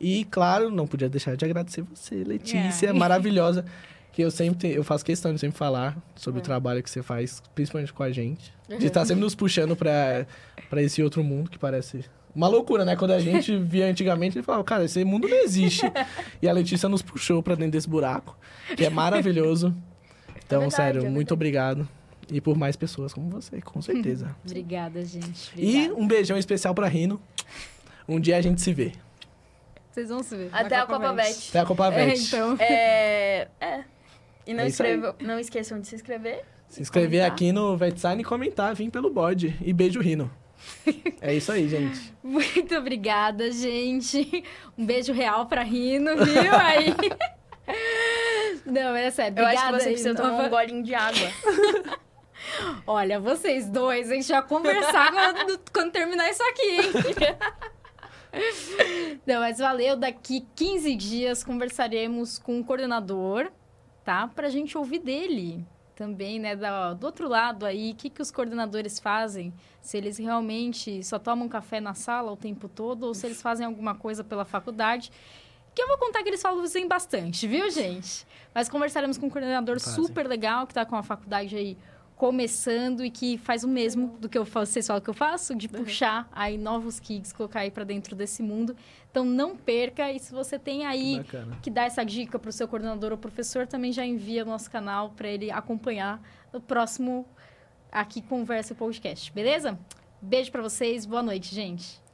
E, claro, não podia deixar de agradecer você, Letícia,
É.
maravilhosa. Que eu sempre eu faço questão de sempre falar sobre
É.
o trabalho que você faz, principalmente com a gente. De estar sempre nos puxando para esse outro mundo que parece uma loucura, né? Quando a gente via antigamente, ele falava, cara, esse mundo não existe. e a Letícia nos puxou para dentro desse buraco, que é maravilhoso. Então,
verdade,
sério,
é
muito obrigado. E por mais pessoas como você, com certeza.
Obrigada, gente.
e
Obrigada.
um beijão especial pra Rino. Um dia a gente se vê.
Vocês vão se ver.
Até
na
a Copa Bet.
Até a Copa
É,
Vete.
então.
É. é. E não,
É isso aí.
escrevam- não esqueçam de se inscrever.
Se inscrever
comentar.
aqui no VetSign e comentar, vim pelo bode. E beijo Rino. É isso aí, gente.
Muito obrigada, gente. Um beijo real pra Rino, viu? Aí. Não, é sério.
Eu
Obrigada, então.
acho que você precisa
Rino.
tomar um golinho de água.
Olha, vocês dois, hein? Já conversaram quando, quando terminar isso aqui, hein? Não, mas valeu. Daqui 15 dias conversaremos com o coordenador, tá? Pra gente ouvir dele também, né? da- do outro lado aí, o que, que os coordenadores fazem? Se eles realmente só tomam café na sala o tempo todo ou se eles fazem alguma coisa pela faculdade. Que eu vou contar que eles falam assim bastante, viu, gente? Mas conversaremos com um coordenador
Fazem.
super legal que tá com a faculdade aí começando e que faz o mesmo do que eu faço, vocês falam que eu faço, de puxar aí novos kids, colocar aí pra dentro desse mundo. Então não perca e se você tem aí
Bacana.
que dá essa dica pro seu coordenador ou professor, também já envia no nosso canal pra ele acompanhar no próximo aqui conversa e podcast, beleza? Beijo pra vocês, boa noite, gente.